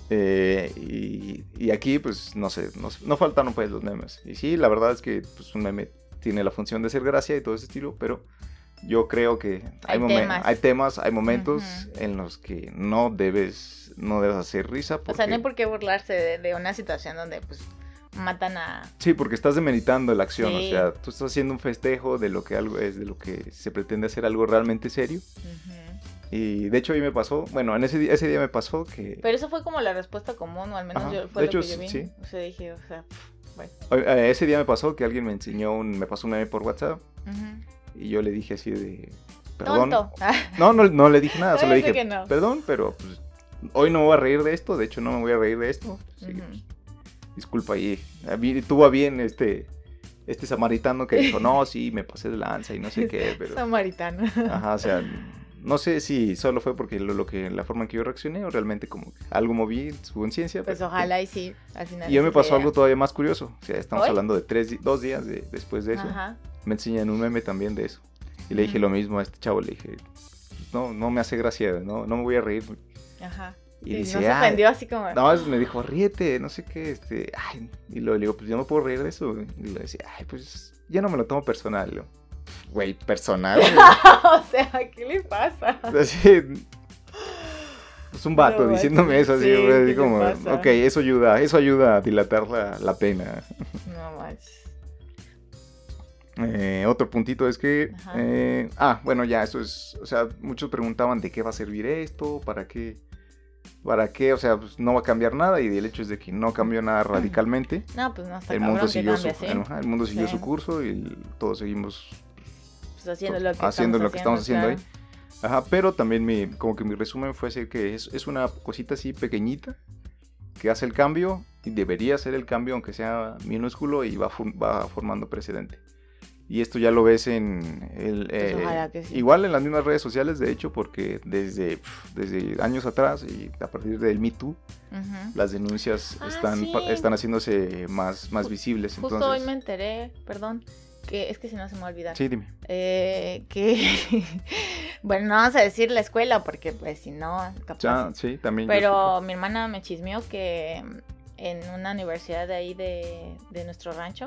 Eh, y, y aquí, pues, no sé, no, sé, no faltaron pues los memes. Y sí, la verdad es que pues, un meme tiene la función de ser gracia y todo ese estilo, pero yo creo que Hay hay, momen- temas. hay temas, hay momentos Ujú. en los que no debes, no debes hacer risa. O sea, no hay por qué burlarse de, de una situación donde, pues, matan a... Sí, porque estás demeritando la acción, Sí. o sea, tú estás haciendo un festejo de lo que algo es, de lo que se pretende hacer algo realmente serio. Ujú. Y de hecho ahí me pasó, bueno, en ese, di- ese día me pasó que Pero eso fue como la respuesta común, o al menos Ajá. yo, fue De lo hecho, que yo vi. sí. O sea, dije, o sea... pff, eh, ese día me pasó que alguien me enseñó un me pasó un meme por WhatsApp ujú. y yo le dije así de perdón. Tonto. Ah, No, no, no le dije nada, solo Yo dije sé que no. perdón, pero pues, hoy no me voy a reír de esto, de hecho no me voy a reír de esto. Así que, Ujú. pues, disculpa ahí. A mí tuvo a bien este este samaritano que dijo, "No, sí, me pasé de lanza y no sé qué", pero Samaritano. Ajá, o sea, no sé si solo fue porque lo, lo que la forma en que yo reaccioné o realmente como que algo moví su conciencia. Pues pero- ojalá y sí, al final. Y yo me sí pasó sea. algo todavía más curioso. O sea, estamos ¿Hoy? hablando de tres, di- dos días de- después de eso. Ajá. Me enseñan un meme también de eso. Y le dije Ujú. lo mismo a este chavo. Le dije, no, no me hace gracia, no, no me voy a reír. Ajá. Y, Y dice, no se "Ah". ofendió así como... No, es- me dijo, ríete, no sé qué, este, ay, y luego le digo, pues yo no puedo reír de eso, y le decía, ay, pues, yo no me lo tomo personal, Y yo, güey, personal, güey. o sea, ¿qué le pasa? Así. Es un vato No, diciéndome manches. eso, así, Sí, güey, así ¿qué te como, pasa? ok, eso ayuda, eso ayuda a dilatar la, la pena. No manches. Eh, otro puntito es que, Ajá. eh, ah, bueno, ya, eso es, o sea, muchos preguntaban de qué va a servir esto, para qué, para qué, o sea, pues, no va a cambiar nada y el hecho es de que no cambió nada radicalmente. No, pues no está El cabrón mundo, que siguió su, cambie así. ajá, el mundo siguió Sí. su curso y el- todos seguimos Pues haciendo lo que haciendo estamos lo que estamos haciendo claro. Ajá, pero también mi, como que mi resumen fue ese que es, es una cosita así pequeñita que hace el cambio y debería hacer el cambio aunque sea minúsculo y va, fu- va formando precedente. Y esto ya lo ves en el, eh, Pues ojalá que sí. igual en las mismas redes sociales de hecho porque desde, pf, desde años atrás y a partir del Me Too Ujú. las denuncias Ah, están, sí. pa- están haciéndose más, más Ju- visibles. Justo entonces, hoy me enteré, perdón, que es que si no se me va a olvidar. Sí, dime. Eh, que bueno, no vamos a decir la escuela porque pues si no, capaz. Ya, sí, también. yo Pero mi hermana me chismeó que mm, en una universidad de ahí de, de nuestro rancho,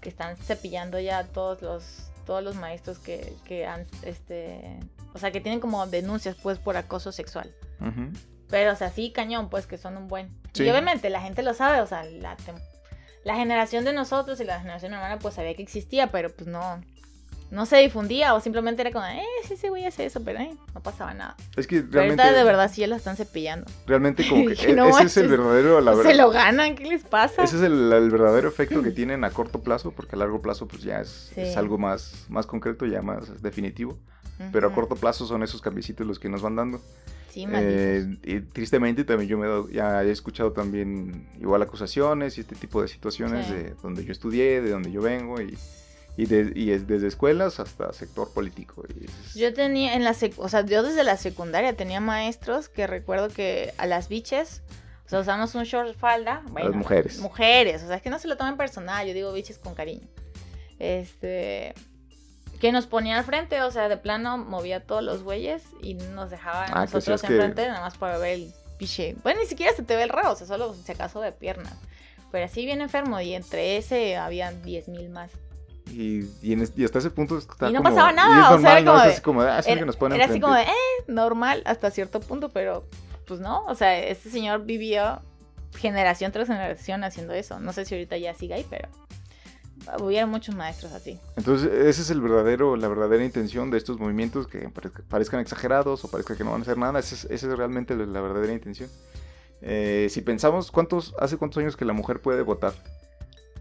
que están cepillando ya a todos los, todos los maestros que, que han, este, o sea, que tienen como denuncias pues por acoso sexual. escucho. Ujú. Pero, o sea, sí, cañón, pues que son un buen. Sí. Y obviamente la gente lo sabe, o sea, la, tem- la generación de nosotros y la generación de mi hermana, pues sabía que existía, pero pues no. No se difundía o simplemente era como, eh, sí, sí, güey, hace eso, pero eh, no pasaba nada. Es que Pero realmente... ahorita de verdad sí ya lo están cepillando. Realmente como que Dije, "No e- ese es el manches, verdadero, la Se verdad. lo ganan, ¿qué les pasa? Ese es el, el verdadero efecto que tienen a corto plazo, porque a largo plazo pues ya es, Sí. es algo más, más concreto, ya más definitivo. Pero a Ujú. corto plazo son esos cambiecitos los que nos van dando. Sí, maldito. Eh, y tristemente también yo me he dado- ya he escuchado también igual acusaciones y este tipo de situaciones Sí. de donde yo estudié, de donde yo vengo y, y, de- y es desde escuelas hasta sector político. y es- Yo tenía en la sec- o sea, yo desde la secundaria tenía maestros que recuerdo que a las biches, o sea, usamos un short falda, bueno, las mujeres. mujeres, o sea, es que no se lo tomen personal, yo digo biches con cariño. Este que nos ponía al frente, o sea, de plano movía a todos los güeyes y nos dejaba a Ah, que nosotros seas que- enfrente nada más para ver el piche. Bueno, ni siquiera se te ve el rabo, o sea, solo se acaso de piernas. Pero así bien enfermo y entre ese habían 10.000 más. Y, y, en es- y hasta ese punto está Y no como- pasaba nada, y es o sea, normal, era ¿no? como Es de- así como, ah, es el era- que nos ponen Era así como de, enfrente. eh, normal hasta cierto punto, pero pues no, o sea, este señor vivió generación tras generación haciendo eso. No sé si ahorita ya sigue ahí, pero hubieron muchos maestros así. Entonces, esa es el verdadero, la verdadera intención de estos movimientos que parezca- parezcan exagerados o parezca que no van a hacer nada. Esa es, esa es realmente la, la verdadera intención. Eh, si pensamos, ¿cuántos, ¿hace cuántos años que la mujer puede votar?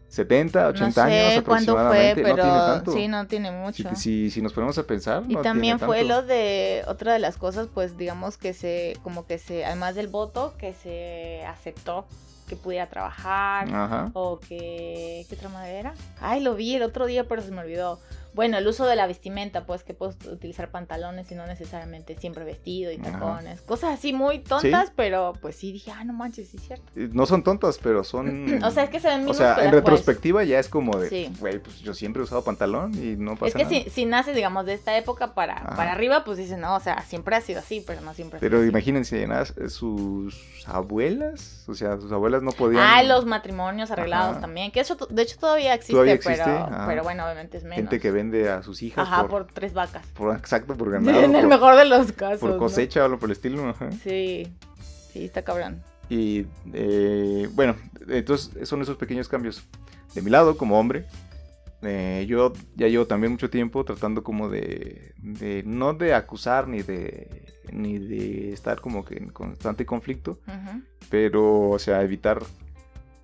¿70, 80 no sé cuándo años fue, aproximadamente? pero no tiene tanto. sí, no tiene mucho. si, si- si nos ponemos a pensar, Y no también tiene fue tanto. lo de otra de las cosas, pues digamos que se, como que se, además del voto, que se aceptó que pudiera trabajar Ajá. o que, ¿qué otra madre era? Ay, lo vi el otro día, pero se me olvidó. Bueno, el uso de la vestimenta, pues que puedes utilizar pantalones y no necesariamente siempre vestido y Ajá. tacones. Cosas así muy tontas, pero pues sí dije, ah, no manches, sí es cierto. Eh, No son tontas, pero son... O sea, es que se ven Mm. O minúsculas. sea, en pues. retrospectiva ya es como de, Sí. güey, pues yo siempre he usado pantalón y no pasa Es que nada. si, si naces, digamos, de esta época para, Ajá. para arriba, pues dices, no, o sea, siempre ha sido así, pero no siempre ha sido Pero así. imagínense, nada, eh, sus abuelas, o sea, sus abuelas no podían... Ah, los matrimonios arreglados Ajá. también, que eso, to- de hecho todavía existe, Todavía existe, pero, ajá. pero bueno, obviamente es menos. Gente que vende a sus hijas Ajá, por, por, tres vacas. por- Exacto, por ganado, en el por, mejor de los casos. por ¿no? cosecha o algo por el estilo. ajá. Sí, sí, está cabrón. Y eh, bueno, entonces son esos pequeños cambios. De mi lado, como hombre, eh, yo ya llevo también mucho tiempo tratando como de, de no de acusar ni de, ni de estar como que en constante conflicto, Ujú. pero o sea, evitar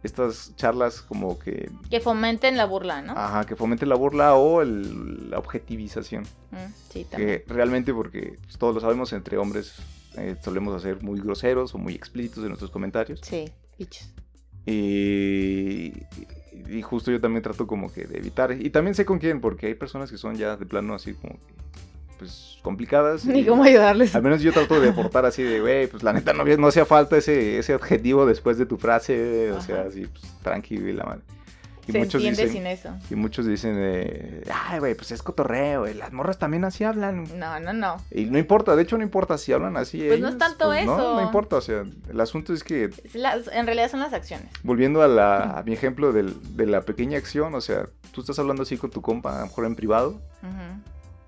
estas charlas como que, Que fomenten la burla, ¿no? ajá, que fomente la burla o el- la objetivización. Mm, sí, también. Que realmente, porque pues, todos lo sabemos, entre hombres eh, solemos ser muy groseros o muy explícitos en nuestros comentarios. Sí, bichos. Y, y justo yo también trato como que de evitar. Y también sé con quién, porque hay personas que son ya de plano así como que, pues, complicadas. Ni y cómo ayudarles. Al menos yo trato de aportar así de, güey, pues la neta no, había- no hacía falta ese, ese adjetivo después de tu frase. O Ajá. sea, así, pues, tranqui, güey, la madre. Y Se muchos entiende dicen, sin eso. y muchos dicen eh, ay, güey, pues es cotorreo, güey, las morras también así hablan. No, no, no. Y no importa, de hecho no importa si hablan así. Pues no es tanto No, eso. no importa, o sea, el asunto es que Es las- en realidad son las acciones. Volviendo a, la, a mi ejemplo del- de la pequeña acción, o sea, tú estás hablando así con tu compa, a lo mejor en privado, Ujú.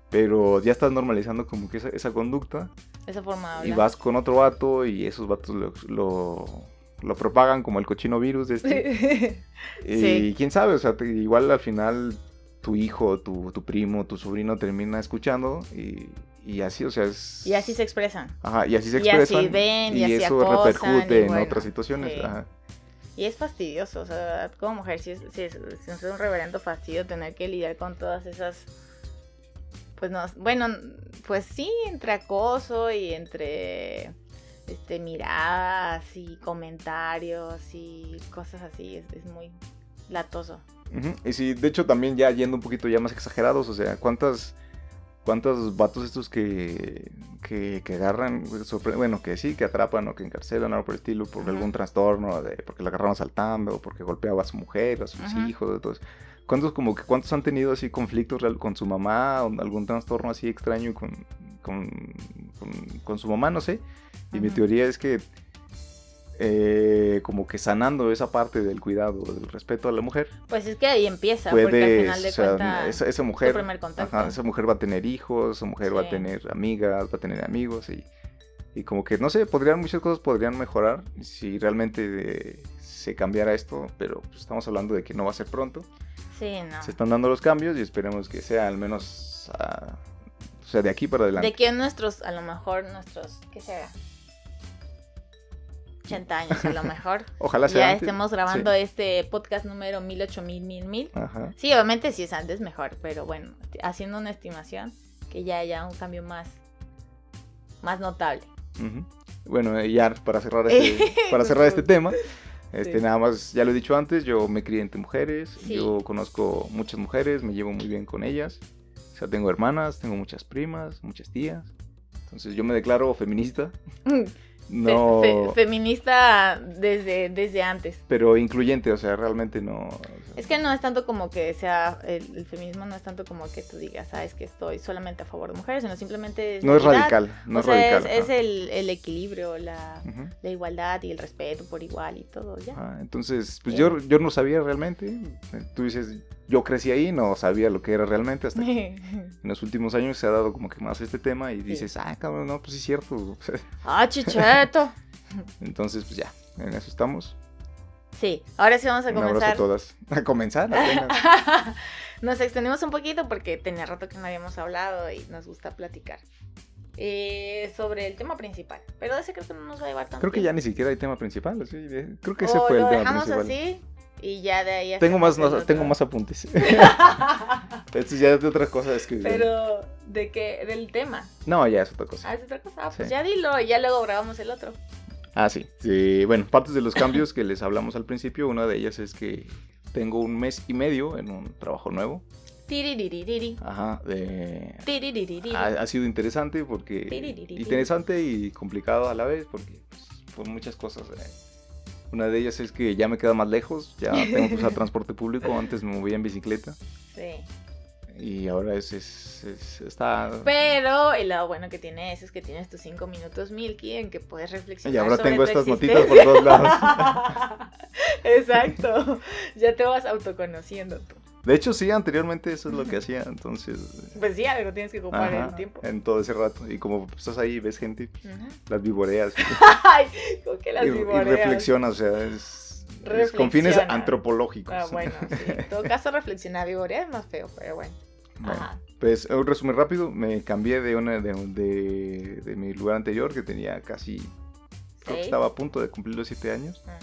pero ya estás normalizando como que esa, esa conducta Esa forma de y hablar. vas con otro vato y esos vatos lo, lo, lo propagan como el cochino virus de este. y Sí. quién sabe, o sea, te- igual al final tu hijo, tu, tu primo, tu sobrino termina escuchando y, y así, o sea, es... y así se expresan. Ajá, y así se y así expresan ven, y así eso acosan, repercute y en bueno, otras situaciones. sí. Ajá. Y es fastidioso, o sea, la verdad, como mujer, si es, sí es, sí es un reverendo fastidio tener que lidiar con todas esas. Pues no, bueno, pues sí, entre acoso y entre este miradas y comentarios y cosas así, es, es muy latoso. Ujú, Y sí, de hecho también ya yendo un poquito ya más exagerados, o sea, cuántas cuántos vatos estos que, que, que agarran, güey, sorpre- bueno, que sí, que atrapan o que encarcelan algo por el estilo por Ajá. algún trastorno, de, porque la agarraron saltando, porque golpeaba a su mujer, a sus Ajá. hijos, todo eso. ¿Cuántos, como que, ¿Cuántos han tenido así conflictos real- con su mamá o algún trastorno así extraño con, con, con- con su mamá? No sé. Y mi Ujú. teoría es que eh, como que sanando esa parte del cuidado, del respeto a la mujer, Pues es que ahí empieza, porque al puede, final de o sea, cuentas. esa, esa tu mujer, primer contacto. ajá, esa mujer va a tener hijos, esa mujer va a Sí. tener amigas, va a tener amigos y, y como que no sé, podrían muchas cosas podrían mejorar si realmente eh, se cambiara esto, pero pues, estamos hablando de que no va a ser pronto. Sí, no. Se están dando los cambios y esperemos que sea al menos, ah, o sea, de aquí para adelante. De que nuestros, a lo mejor nuestros, ¿qué será? 80 años, a lo mejor. Ojalá sea ya antes. estemos grabando Sí. este podcast número 108000, 1000, 1000. Ajá. Sí, obviamente si es antes mejor, pero bueno, haciendo una estimación, que ya haya un cambio más, más notable. Ujú. Bueno, eh, ya para cerrar este, para cerrar este tema, este, Sí. nada más, ya lo he dicho antes, yo me crié entre mujeres, Sí. yo conozco muchas mujeres, me llevo muy bien con ellas. O sea, tengo hermanas, tengo muchas primas, muchas tías. Entonces yo me declaro feminista, no, Fe- fe- feminista desde, desde antes. pero incluyente, o sea, realmente no. o sea, Es que no es tanto como que sea, el, el feminismo no es tanto como que tú digas, ah, es que estoy solamente a favor de mujeres, sino simplemente... no es equidad. radical, no O es sea, es- radical. Es, ajá. el, el equilibrio, la, Ujú. la igualdad y el Ah, respeto por igual y todo, ya. Ajá, entonces, pues yo, yo no sabía realmente. Tú dices, yo crecí ahí, no sabía lo que era realmente hasta que en los últimos años se ha dado como que más este tema y dices, ah, cabrón, no, pues sí es cierto. ah, chicheto. Entonces, pues ya, en eso estamos. Sí, ahora sí vamos a Un abrazo a comenzar. todas. A comenzar apenas. nos extendimos un poquito porque tenía rato que no habíamos hablado y nos gusta platicar eh, sobre el tema principal. Pero ese creo que no nos va a llevar tanto. Creo que ya tiempo. ni siquiera hay tema principal. así de- creo que ese O fue el lo tema dejamos principal. así y ya de ahí. Tengo más, hacemos el no- otro. tengo más apuntes. Esto ya es de otras cosas que... Pero de qué, del tema. No, ya es otra cosa. Ah, es otra cosa. Ah, pues Sí. ya dilo y ya luego grabamos el otro. Ah, sí. Sí, bueno, partes de los cambios que les hablamos al principio, una de ellas es que tengo un mes y medio en un trabajo nuevo. Tiriririri. Ajá, de... Tiriririri. Ha, ha sido interesante porque... Tiriririri. Interesante y complicado a la vez porque pues, por muchas cosas. eh. Una de ellas es que ya me queda más lejos, ya tengo que usar transporte público, antes me movía en bicicleta Sí. y ahora es... es- es- está... Pero el lado bueno que tiene eso es que tienes tus cinco minutos Milky en que puedes reflexionar. Y ahora sobre tengo tu estas notitas por existencia. todos lados. Exacto. Ya te vas autoconociendo tú. De hecho, sí, anteriormente eso es lo que hacía, entonces... eh, Pues sí, algo tienes que ocupar ajá, el tiempo. en todo ese rato. Y como estás ahí, ves gente, Ajá. las vivoreas Ay, con que las y, y vivoreas. reflexionas, o sea, es, es con fines Reflexiona. antropológicos. Ah, bueno, sí. En todo caso, reflexionar vivorea es más feo, pero bueno. Bueno, Ajá. Pues, un resumen rápido, me cambié de, una, de, un- de- de mi lugar anterior que tenía casi, creo que Sí. estaba a punto de cumplir los siete años. Ah.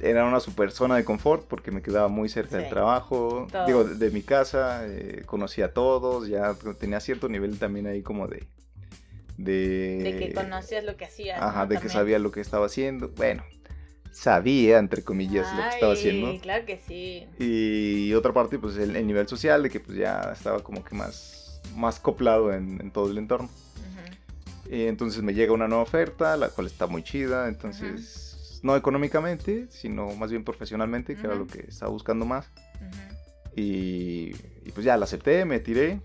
Era una super zona de confort porque me quedaba muy cerca Sí. del trabajo, Todo. digo, de, de mi casa, eh, conocía a todos, ya tenía cierto nivel también ahí como de... De, De que conocías lo que hacías. Ajá, ¿no? de que También. sabía lo que estaba haciendo. Bueno, sabía, entre comillas, lo que estaba Ay, haciendo. Claro que sí. Y otra parte, pues el, el nivel social, de que pues ya estaba como que más, más coplado en, en todo el entorno. Ujú. Eh, entonces me llega una nueva oferta, la cual está muy chida. Entonces, no económicamente, sino más bien profesionalmente, que era Ujú. lo que estaba buscando más. Ujú. Y, y, pues ya la acepté, me tiré.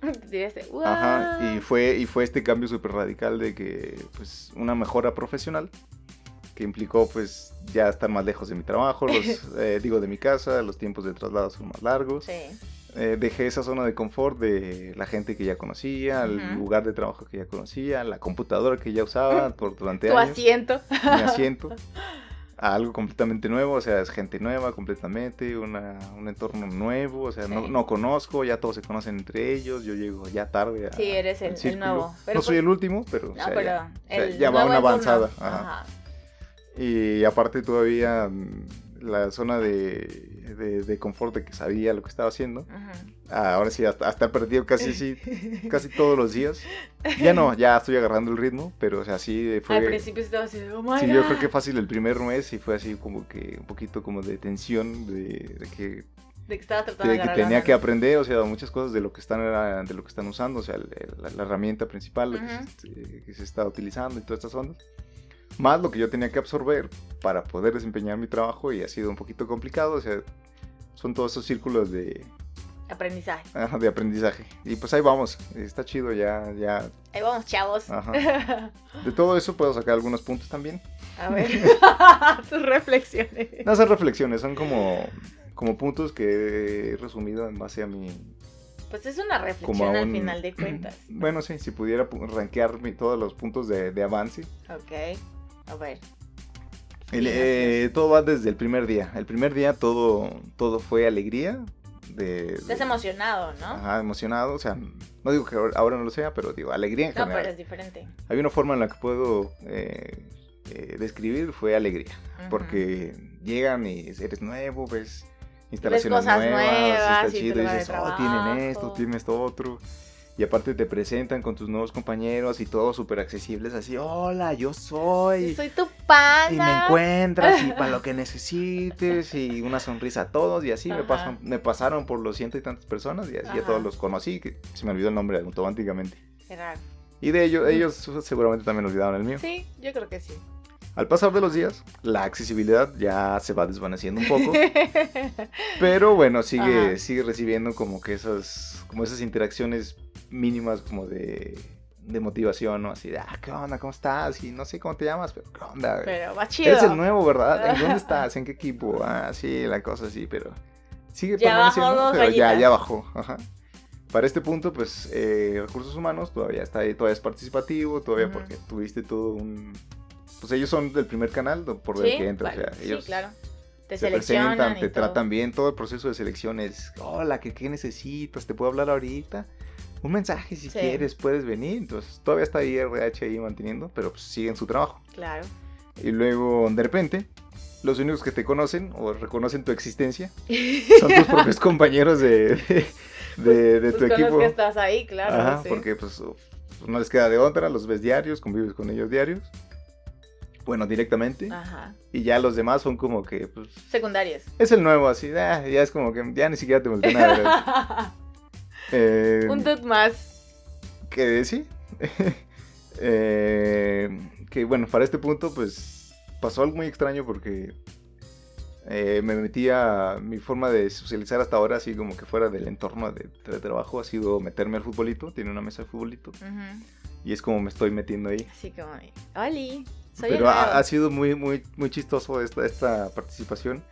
Te tiraste, Ajá, "Guau". y fue, y fue este cambio súper radical de que, pues, una mejora profesional que implicó, pues, ya estar más lejos de mi trabajo, los, eh, digo, de mi casa, los tiempos de traslado son más largos. Sí. Eh, dejé esa zona de confort de la gente que ya conocía, Ujú. Ah, el lugar de trabajo que ya conocía, la computadora que ya usaba por durante Tu años, asiento. mi asiento, a algo completamente nuevo, o sea, es gente nueva completamente, una, un entorno nuevo, o sea, no, Sí. no conozco, ya todos se conocen entre ellos, yo llego ya tarde a, Sí, eres el- al el círculo. nuevo, pero no soy pues- el último, pero, o No, sea, pero ya. sea, el ya va nuevo una entorno. avanzada, ajá. Y aparte todavía mm, la zona de, de, de confort de que sabía lo que estaba haciendo, Ajá, Ah, ahora sí, hasta, hasta he perdido casi, sí, ujú. casi todos los días. Ya no, ya estoy agarrando el ritmo, pero o sea, sí eh, fue... Al principio estaba así, oh my Sí, yo God. creo que fácil el primer mes y fue así como que un poquito como de tensión de, de que, De que estaba tratando de, de que agarrar la tenía que mano. aprender, o sea, muchas cosas de lo que están era- de lo que están usando, o sea, el- el- la, la herramienta principal la que, se, eh, que se está utilizando y todas estas ondas. Más lo que yo tenía que absorber para poder desempeñar mi trabajo y ha sido un poquito complicado, o sea, son todos esos círculos de, Aprendizaje. ajá, de aprendizaje. Y pues ahí vamos, está chido ya, ya. Ahí vamos, chavos. Ah. Ajá. De todo eso puedo sacar algunos puntos también. A ver, tus reflexiones. No son reflexiones, son como, como puntos que he resumido en base a mi... Pues es una Como reflexión a al un- final de cuentas. Bueno, sí, si pudiera pu- rankear mi- todos los puntos de, de avance. Ok. A ver. El, Sí, eh, todo va desde el primer día. El primer día todo, todo fue alegría. De, Estás de- emocionado, ¿no? Ajá, emocionado. O sea, no digo que ahora, ahora no lo sea, pero digo, alegría en No, pero general. es diferente. Hay una forma en la que puedo eh, eh, describir, fue alegría. Ujú. Porque llegan y eres nuevo, ves instalaciones cosas nuevas, nuevas, está y chido, tu y lugar de dices, oh, tienen esto, trabajo". tienen esto otro. Y aparte te presentan con tus nuevos compañeros y todos súper accesibles, así, hola, yo Sí, soy. soy tu Y me pana. encuentras y para lo que necesites y una sonrisa a todos y así me, Ajá. pasan, me pasaron por los ciento y tantas personas y así Ajá. a todos los conocí, que se me olvidó el nombre automáticamente. Gerardo. Y de ellos, ellos seguramente también olvidaron el mío. Sí, yo creo que sí. Al pasar de los días, la accesibilidad ya se va desvaneciendo un poco. Pero bueno, sigue, Ajá. sigue recibiendo como que esas, como esas interacciones mínimas como de, de motivación, ¿no? Así de, ah, ¿qué onda? ¿Cómo estás? Y no sé cómo te llamas, pero ¿qué onda? pero va chido. Eres el nuevo, ¿verdad? ¿En dónde estás? ¿En qué equipo? Ah, sí, la cosa así, pero sigue Ya bajó permaneciendo, dos pero ya, rayitas. ya bajó. Ajá. Para este punto, pues, eh, recursos humanos todavía está ahí, todavía es participativo, todavía Ujú. porque tuviste todo un... Pues ellos son del primer canal do- por el que entra, o vale, sea, sí, ellos claro. Te se seleccionan. presentan, y te todo. tratan bien, todo el proceso de selección es, hola, ¿qué, qué necesitas? ¿Te puedo hablar ahorita? Un mensaje si Sí. quieres, puedes venir. Entonces, todavía está ahí RH ahí manteniendo, pero pues, siguen su trabajo. Claro. Y luego, de repente, los únicos que te conocen o reconocen tu existencia son tus propios compañeros de, de, de- Pues de tu con los equipo. que estás ahí, claro. Ajá, sí. porque pues uf, no les queda de otra, los ves diarios, convives con ellos diarios. Bueno, directamente. Ajá. Y ya los demás son como que, pues, Secundarias. es el nuevo, así, ah, ya es como que ya ni siquiera te voltean a ver. Eh, Un tut más. que sí. Eh, que bueno, para este punto, pues pasó algo muy extraño porque eh, me metí a mi forma de socializar hasta ahora, así como que fuera del entorno de, de trabajo, ha sido meterme al futbolito. Tiene una mesa de futbolito Ujú. y es como me estoy metiendo ahí. Así como, Oli, soy el Pero ha, nuevo". ha sido muy, muy, muy chistoso esta, esta participación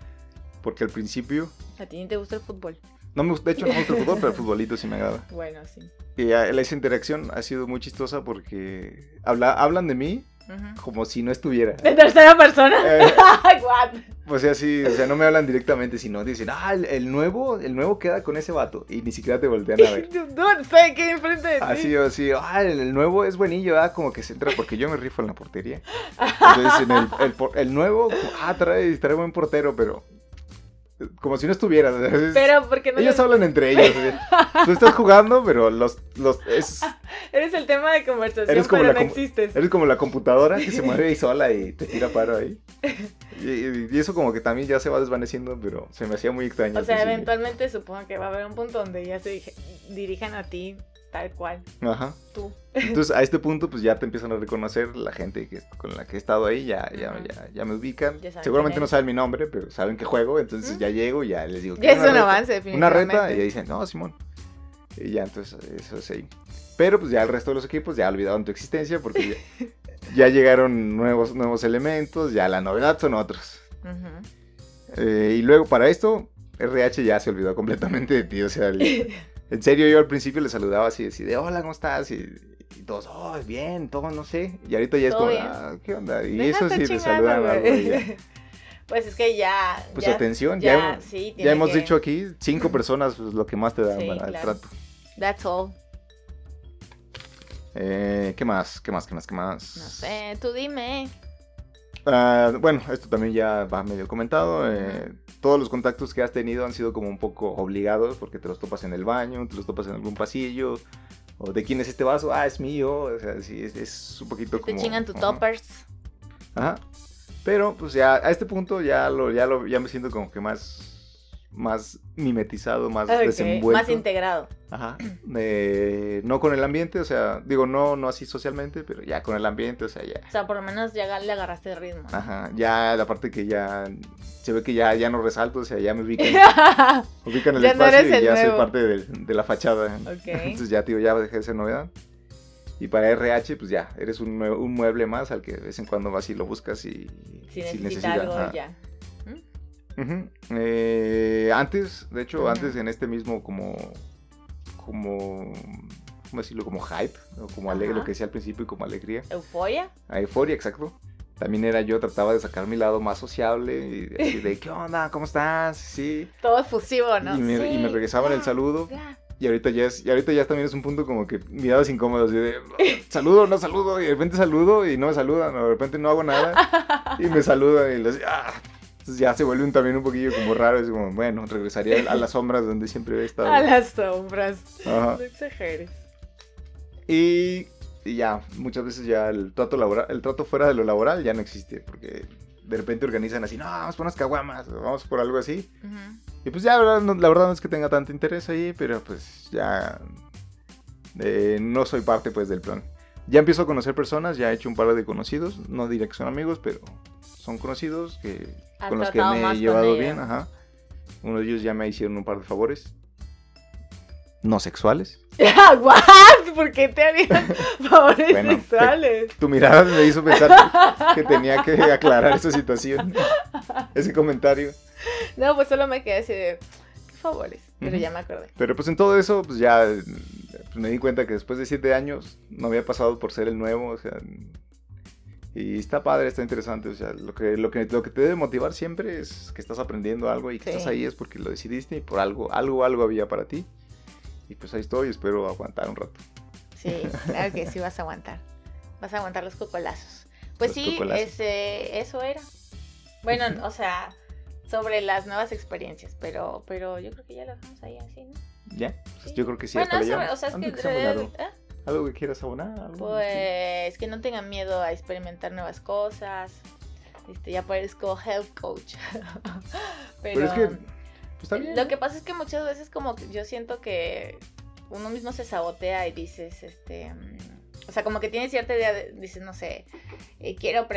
porque al principio. A ti ni te gusta el fútbol. No me, gusta- de hecho, no me gusta el fútbol, pero el futbolito sí me agrada. Bueno, sí. Y ah, esa interacción ha sido muy chistosa porque habla, hablan de mí Ujú. como si no estuviera. ¿De tercera persona? Eh, What? o sea, sí, o sea, no me hablan directamente, sino dicen, ah, el, el nuevo, el nuevo queda con ese vato. Y ni siquiera te voltean a ver. Dude, estoy aquí enfrente de ti. Así o así, ah, el, el nuevo es buenillo, ah, como que se entra, porque yo me rifo en la portería. Entonces, en el, el por- el nuevo, ah, trae, trae buen portero, pero eh, como si no estuviera. o sea, es- Pero porque no ellos les- hablan entre ellos. o sea, Tú estás jugando, pero los, los, es, eres el tema de conversación, Eres como pero no la com- Eh, existes. Eres como la computadora que se mueve ahí sola y te tira paro ahí. Y, y- y eso como que también ya se va desvaneciendo, pero se me hacía muy extraño. O al sea, principio. eventualmente supongo que va a haber un punto donde ya se dije- dirijan a ti tal cual, Ajá. tú. Entonces a este punto pues ya te empiezan a reconocer la gente que, con la que he estado ahí, ya, ya, Ujú. ya, ya me ubican. Ya saben Seguramente quién no eres. saben mi nombre, pero saben que juego, entonces Ujú. ya llego y ya les digo. Ya es "Quiero un reta". avance, Una definitivamente. reta y ya dicen, no, Simón. Y ya entonces eso es ahí. Pero pues ya el resto de los equipos ya olvidaron tu existencia porque ya, ya llegaron nuevos, nuevos elementos, ya la novedad son otros. Ujú. Eh, y luego para esto, RH ya se olvidó completamente de ti. O sea, el- en serio, yo al principio le saludaba así, así de hola, ¿cómo estás? Y, y todos, oh, bien, todo, no sé. Y ahorita ya es Todo como, bien. "Ah, ¿qué onda? Y Deja eso estar sí, le chingando, saludan algo. güey. y ya. Pues es que ya. Pues ya, atención, ya, ya, hemos- sí, ya tiene hemos que- dicho aquí, cinco personas, pues lo que más te da Sí, para el claro. trato. That's all. Eh, ¿Qué más? ¿Qué más? ¿Qué más? ¿Qué más? No sé, tú dime. Ah, bueno, esto también ya va medio comentado. eh, todos los contactos que has tenido han sido como un poco obligados porque te los topas en el baño, te los topas en algún pasillo. O de quién es este vaso, ah, es mío. O sea, sí, es, es un poquito Te como. chingan tu ajá, toppers. Ajá. Pero pues ya a este punto ya lo, ya lo, ya me siento como que más, más mimetizado, más Ok, desenvuelto. Más integrado. Ajá. Eh, no con el ambiente, o sea, digo no, no así socialmente, pero ya con el ambiente, o sea, ya. O sea, por lo menos ya le agarraste el ritmo. ¿no? Ajá, ya la parte que ya se ve que ya, ya no resalto, o sea, ya me ubican, ok. ubican el Ya no espacio eres y el ya soy nuevo. parte del- de, la fachada. Entonces ya, tío, ya dejé de ser novedad. Y para RH, pues ya, eres un, nue- un mueble más al que de vez en cuando vas y lo buscas y Si si necesita necesitas, algo, ajá. ya. Ujú. Eh, antes, de hecho, Ujú. antes en este mismo como, como, ¿cómo decirlo? Como hype, o como ale- Ajá. lo que decía al principio, como alegría. Euforia. A euforia, exacto. También era yo, trataba de sacar mi lado más sociable y así de, ¿qué onda? ¿Cómo estás? Sí. Todo efusivo, ¿no? y, me, Sí, Ah. y me regresaban el ya, saludo. ya. Y ahorita ya es, y ahorita ya también es un punto como que miradas incómodas, así de, saludo, no saludo, y de repente saludo y no me saludan, o de repente no hago nada y me saludan y les, ah. Entonces ya se vuelven también un poquillo como raro, es como, bueno, regresaría a las sombras donde siempre he estado. A las sombras. Ajá. No exageres. Y, y ya, muchas veces ya el trato laboral, el trato fuera de lo laboral ya no existe, porque de repente organizan así, no, vamos por unas caguamas, o vamos por algo así. Ujú. Y pues ya, la verdad, no, la verdad no es que tenga tanto interés ahí, pero pues ya eh, no soy parte pues del plan. Ya empiezo a conocer personas, ya he hecho un par de conocidos, no diré que son amigos, pero son conocidos que, Has con los que tratado me más he con llevado ellos. bien, ah. ajá. Uno de ellos ya me hicieron un par de favores. No sexuales. Ah, ¿What? ¿Por qué te harían favores Bueno, te- sexuales? Tu mirada me hizo pensar que tenía que aclarar esa situación, ese comentario. No, pues solo me quedé así de. ¿Qué favores, pero Ujú. ya me acordé. Pero pues en todo eso, pues ya eh, pues, me di cuenta que después de siete años no había pasado por ser el nuevo, o sea... Y está padre, está interesante, o sea, lo que, lo que, lo que te debe motivar siempre es que estás aprendiendo algo y que Sí. estás ahí es porque lo decidiste y por algo, algo, algo había para ti. Y pues ahí estoy, espero aguantar un rato. Sí, claro que sí vas a aguantar. Vas a aguantar los cocolazos. Pues Los sí, cocolazos. este, eso era. Bueno, o sea, sobre las nuevas experiencias, pero, pero yo creo que ya lo dejamos ahí así, ¿no? ¿Ya? Pues, Sí. yo creo que sí, bueno, hasta le eso, llevamos. o sea, es que, Ando que sea muy largo. ¿ah? ¿Algo que quieras abonar? algo, Pues que no tengan miedo a experimentar nuevas cosas. Este, ya parezco health coach. este? Pero es que, pues está bien. Lo que pasa es que muchas veces como que yo siento que uno mismo se sabotea y dices, este, mm, o sea, como que tienes cierta idea, de- dices, no sé, eh, quiero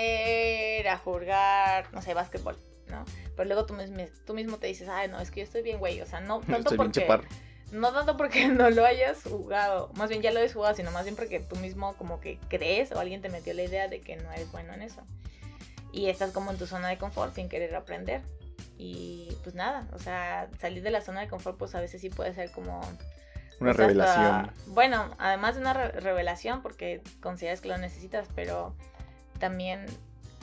aprender a jugar, no sé, básquetbol, ¿no? Pero luego tú, mismo- tú mismo te dices, ay, no, es que yo estoy bien, güey, o sea, no tanto Estoy bien porque... chaparro. No tanto porque no lo hayas jugado, más bien ya lo hayas jugado, sino más bien porque tú mismo como que crees o alguien te metió la idea de que no eres bueno en eso. Y estás como en tu zona de confort sin querer aprender. Y pues nada, o sea, salir de la zona de confort pues a veces sí puede ser como... Una pues, hasta- revelación. Bueno, además de una re- revelación porque consideras que lo necesitas, pero también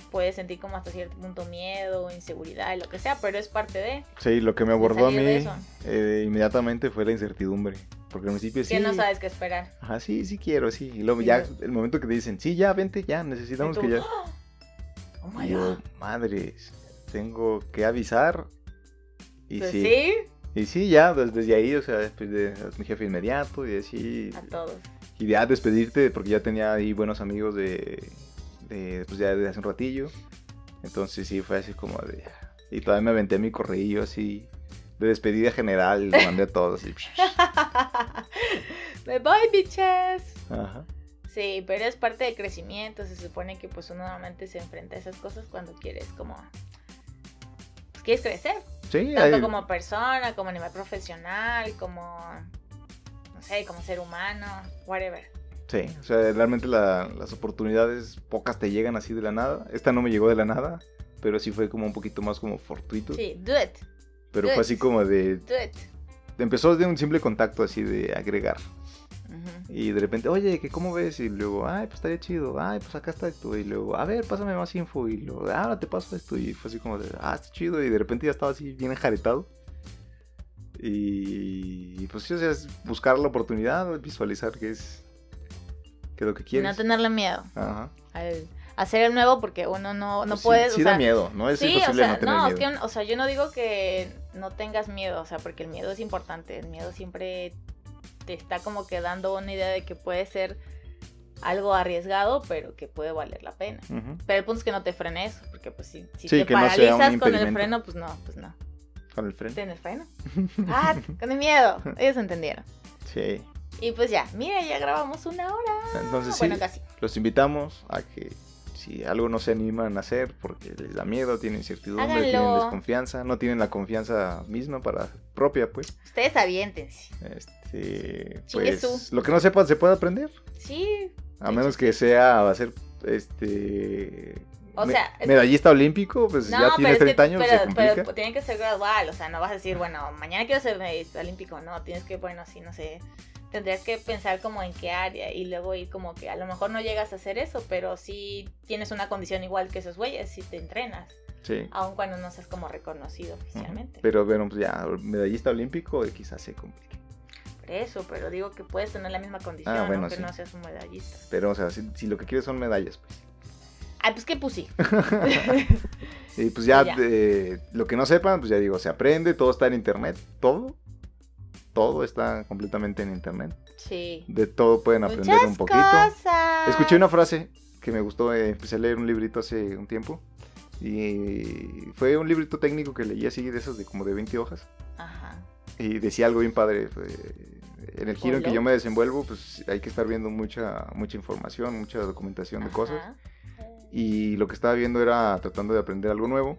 puedes sentir como hasta cierto punto miedo, inseguridad y lo que sea, pero es parte de... Sí, lo que me abordó a mí salir de eso. eh, inmediatamente fue la incertidumbre. Porque al principio sí. Que no sabes qué esperar. Ajá, sí, sí quiero, sí. Y luego Y ya, luego- el momento que te dicen, sí, ya, vente, ya, necesitamos Y tú, que ya. ¡Ah! Oh my Y yo, God. madres, tengo que avisar. Y Pues sí. sí, Y sí, ya, pues, desde ahí, o sea, después de a mi jefe inmediato y así. a todos. Y ya despedirte, porque ya tenía ahí buenos amigos de, de pues ya desde hace un ratillo. Entonces sí, fue así como de... Y todavía me aventé mi correillo así de despedida general y lo mandé a todos. así. Me voy, bitches. Ajá. Sí, pero es parte del crecimiento. Se supone que pues uno normalmente se enfrenta a esas cosas cuando quieres como... pues, quieres crecer. Sí, Tanto ahí- como persona, como animal profesional, como... No sé, como ser humano, whatever. sí. O sea, realmente la- las oportunidades pocas te llegan así de la nada. Esta no me llegó de la nada, pero sí fue como un poquito más como fortuito. Sí, do it, pero fue así como de... do it. Empezó de un simple contacto así de agregar. Ujú. Y de repente, oye, que cómo ves? Y luego, ay, pues estaría chido, ay, pues acá está esto. Y luego, a ver, pásame más info. Y luego, "Ah, ahora te paso esto. Y fue así como, de, ah, está chido. Y de repente ya estaba así bien enjaretado. Y pues sí, o sea, es buscar la oportunidad, visualizar qué es, qué es lo que Y quieres. No tenerle miedo Ajá. al hacer el nuevo porque uno no, no Pues sí- puede... Sí, o da sea, miedo, ¿no? Es Sí, o imposible sea, no tener no, es miedo. que, o sea, yo no digo que no tengas miedo, o sea, porque el miedo es importante, el miedo siempre te está como que dando una idea de que puede ser algo arriesgado, pero que puede valer la pena. Ujú. Pero el punto es que no te frenes, porque pues si, si Sí, te que no sea un paralizas con el impedimento. freno, pues no, pues no, Con el frente. ten el freno. Ah, con el miedo, ellos entendieron. Sí. Y pues ya, mira, ya grabamos una hora. Ah, Entonces Pues, sí, bueno, casi. los invitamos a que si algo no se animan a hacer porque les da miedo, tienen incertidumbre, tienen Háganlo. desconfianza, no tienen la confianza misma para propia, pues, Ustedes aviéntense. este, Chingue pues lo que no sepan se puede aprender, Sí, a Sí, menos sí, que sea hacer este O me- sea, es- medallista olímpico, pues ya tienes pero es que- 30 años, pero, se complica. pero pues tiene que ser gradual, o sea, no vas a decir, bueno, mañana quiero ser medallista olímpico, no, tienes que, bueno, sí, no sé, tendrías que pensar como en qué área y luego ir como que a lo mejor no llegas a hacer eso, pero sí tienes una condición igual que esos güeyes si te entrenas, sí. aun cuando no seas como reconocido oficialmente. Pero bueno, pues ya medallista olímpico eh, quizás se complique. Por eso, pero digo que puedes tener la misma condición, Ah, bueno, aunque sí. no seas un medallista. Pero o sea, si, si lo que quieres son medallas, pues Ah, pues que puse. Y pues ya, Y ya. eh, lo que no sepan, pues ya digo, se aprende, todo está en internet, todo, todo está completamente en internet. Sí. De todo pueden aprender Muchas un poquito. cosas. Escuché una frase que me gustó, eh, empecé a leer un librito hace un tiempo y fue un librito técnico que leí así de esas de como de 20 hojas Ajá. y decía algo bien padre. fue, en el giro en que Hola. yo me desenvuelvo, pues hay que estar viendo mucha, mucha información, mucha documentación de cosas. Ajá. Y lo que estaba viendo era tratando de aprender algo nuevo.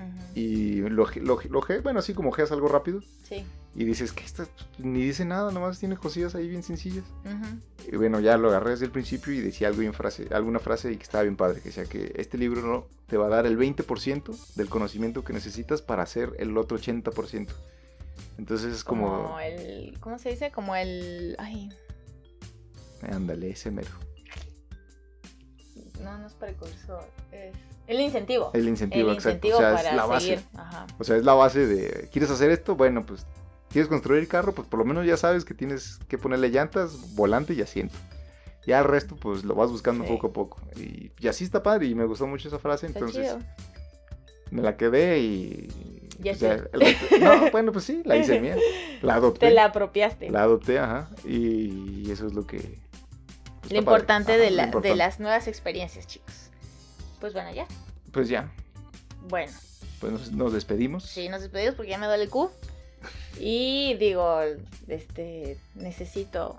Ujú. Y lo, ge- lo, ge- lo ge- bueno, así como geas algo rápido. Sí. Y dices que esta ni dice nada, nomás tiene cosillas ahí bien sencillas. Ujú. Y bueno, ya lo agarré desde el principio y decía algo en frase, alguna frase y que estaba bien padre, que decía que este libro no te va a dar el 20% del conocimiento que necesitas para hacer el otro 80%. Entonces es Como, como. el. ¿Cómo se dice? Como el. Ay, Ándale, ese mero. no, no es precursor. Es. El incentivo. El incentivo, El exacto. incentivo o sea, para es la base. seguir. Ajá. O sea, es la base de. ¿Quieres hacer esto? Bueno, pues. ¿Quieres construir carro? Pues por lo menos ya sabes que tienes que ponerle llantas, volante y asiento. Ya el resto, pues lo vas buscando Sí. poco a poco. Y, y así está padre. Y me gustó mucho esa frase. Está entonces. chido. Me la quedé y. Ya o sea, sé. el resto- no, bueno, pues sí, la hice mía. La adopté. Te la apropiaste. La adopté, ajá. Y eso es lo que. lo pues, está padre. importante Ajá, de, lo la- de importante. las nuevas experiencias, chicos. Pues bueno, ya. Pues ya, Bueno, pues nos, nos despedimos. sí, nos despedimos porque ya me duele el Q. Y digo, este, necesito,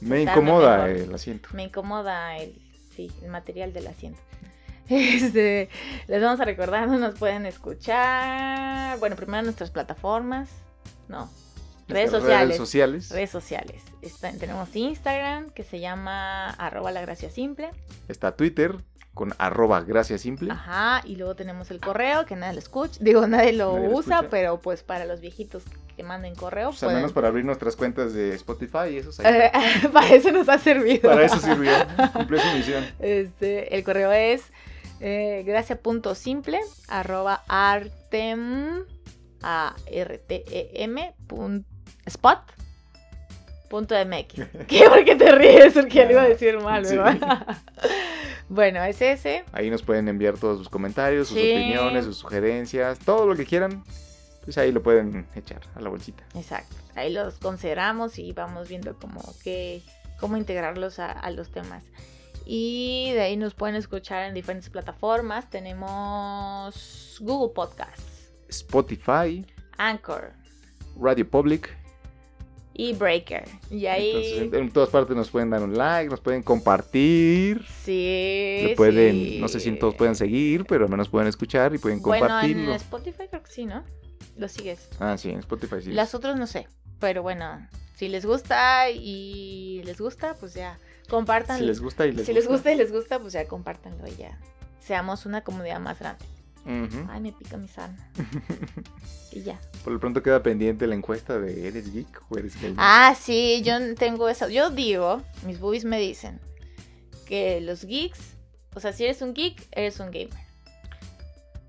Me Sentarme incomoda mejor. el asiento. me incomoda el, sí, el material del asiento. Este, les vamos a recordar, no nos pueden escuchar. Bueno, primero nuestras plataformas, no, Redes Nuestras sociales. Redes sociales. redes sociales. Está- tenemos Instagram que se llama arroba la gracia simple. Está Twitter con arroba gracias simple. Ajá, y luego tenemos el correo, que nadie lo escucha, digo, nadie lo Nadie lo usa, escucha. pero pues para los viejitos que manden correo, Pues, al pueden- menos para abrir nuestras cuentas de Spotify y eso. Eh, para eso nos ha servido. Para eso sirvió. Cumplió su misión. Este, el correo es eh, gracia.simple arroba artem a r t e m pun- spot punto mx ¿Qué? ¿Por qué te ríes? Porque lo iba a decir mal, Sí. ¿verdad? bueno, es ese. Ahí nos pueden enviar todos sus comentarios, sus Sí. opiniones, sus sugerencias, todo lo que quieran. Pues ahí lo pueden echar a la bolsita. Exacto. Ahí los consideramos y vamos viendo cómo, que, cómo integrarlos a, a los temas. Y de ahí nos pueden escuchar en diferentes plataformas. Tenemos Google Podcasts, Spotify, Anchor Radio Public. y Breaker. Y ahí... Entonces, en, en todas partes nos pueden dar un like, nos pueden compartir. sí, le pueden, sí. no sé si todos pueden seguir, pero al menos pueden escuchar y pueden Bueno, en compartirlo. Spotify creo que sí, ¿no? Lo sigues. Ah, sí, en Spotify sí. Las otras no sé. Pero bueno, si les gusta y les gusta, pues ya. Compartan si les gusta y les si les gusta y les gusta, pues ya compártanlo y ya. Seamos una comunidad más grande. Ujú. Ay, me pica mi sarna. Y ya. Por lo pronto queda pendiente la encuesta de ¿eres geek o eres gamer? Ah, sí, yo tengo eso. Yo digo, mis boobies me dicen que los geeks, o sea, si eres un geek, eres un gamer.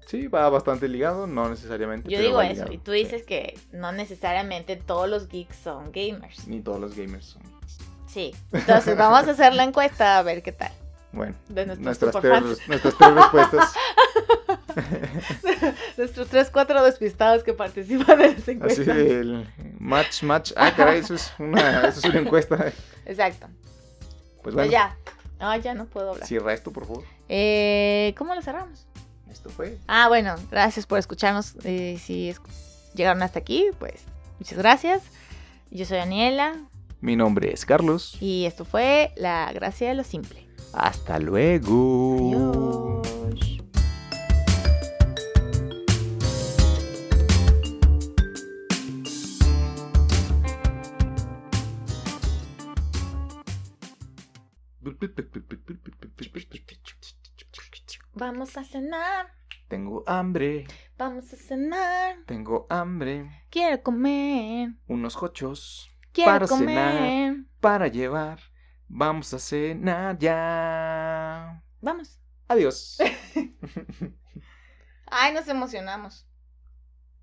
Sí, va bastante ligado, no necesariamente. Yo pero digo va eso. ligado, Y tú sí. dices que no necesariamente todos los geeks son gamers. Ni todos los gamers son. Sí. Entonces vamos a hacer la encuesta a ver qué tal. Bueno, De nuestros nuestras, superfans. tres, nuestras tres respuestas. Nuestros tres, cuatro despistados que participan en esa encuesta. Así del match, match. Ah, caray, eso es una, eso es una encuesta. Exacto. Pues Pues bueno, ya. Ay, ya no puedo hablar. cierra esto, por favor. Eh, ¿Cómo lo cerramos? Esto fue. Ah, bueno, gracias por escucharnos. Eh, si es- llegaron hasta aquí, pues muchas gracias. Yo soy Daniela Mi nombre es Carlos. y esto fue La Gracia de lo Simple. Hasta luego. Adiós. Vamos a cenar, Tengo hambre, vamos a cenar. tengo hambre. Quiero comer, Unos hochos quiero Para comer. cenar. para llevar. Vamos a cenar ya. Vamos. Adiós. Ay, nos emocionamos.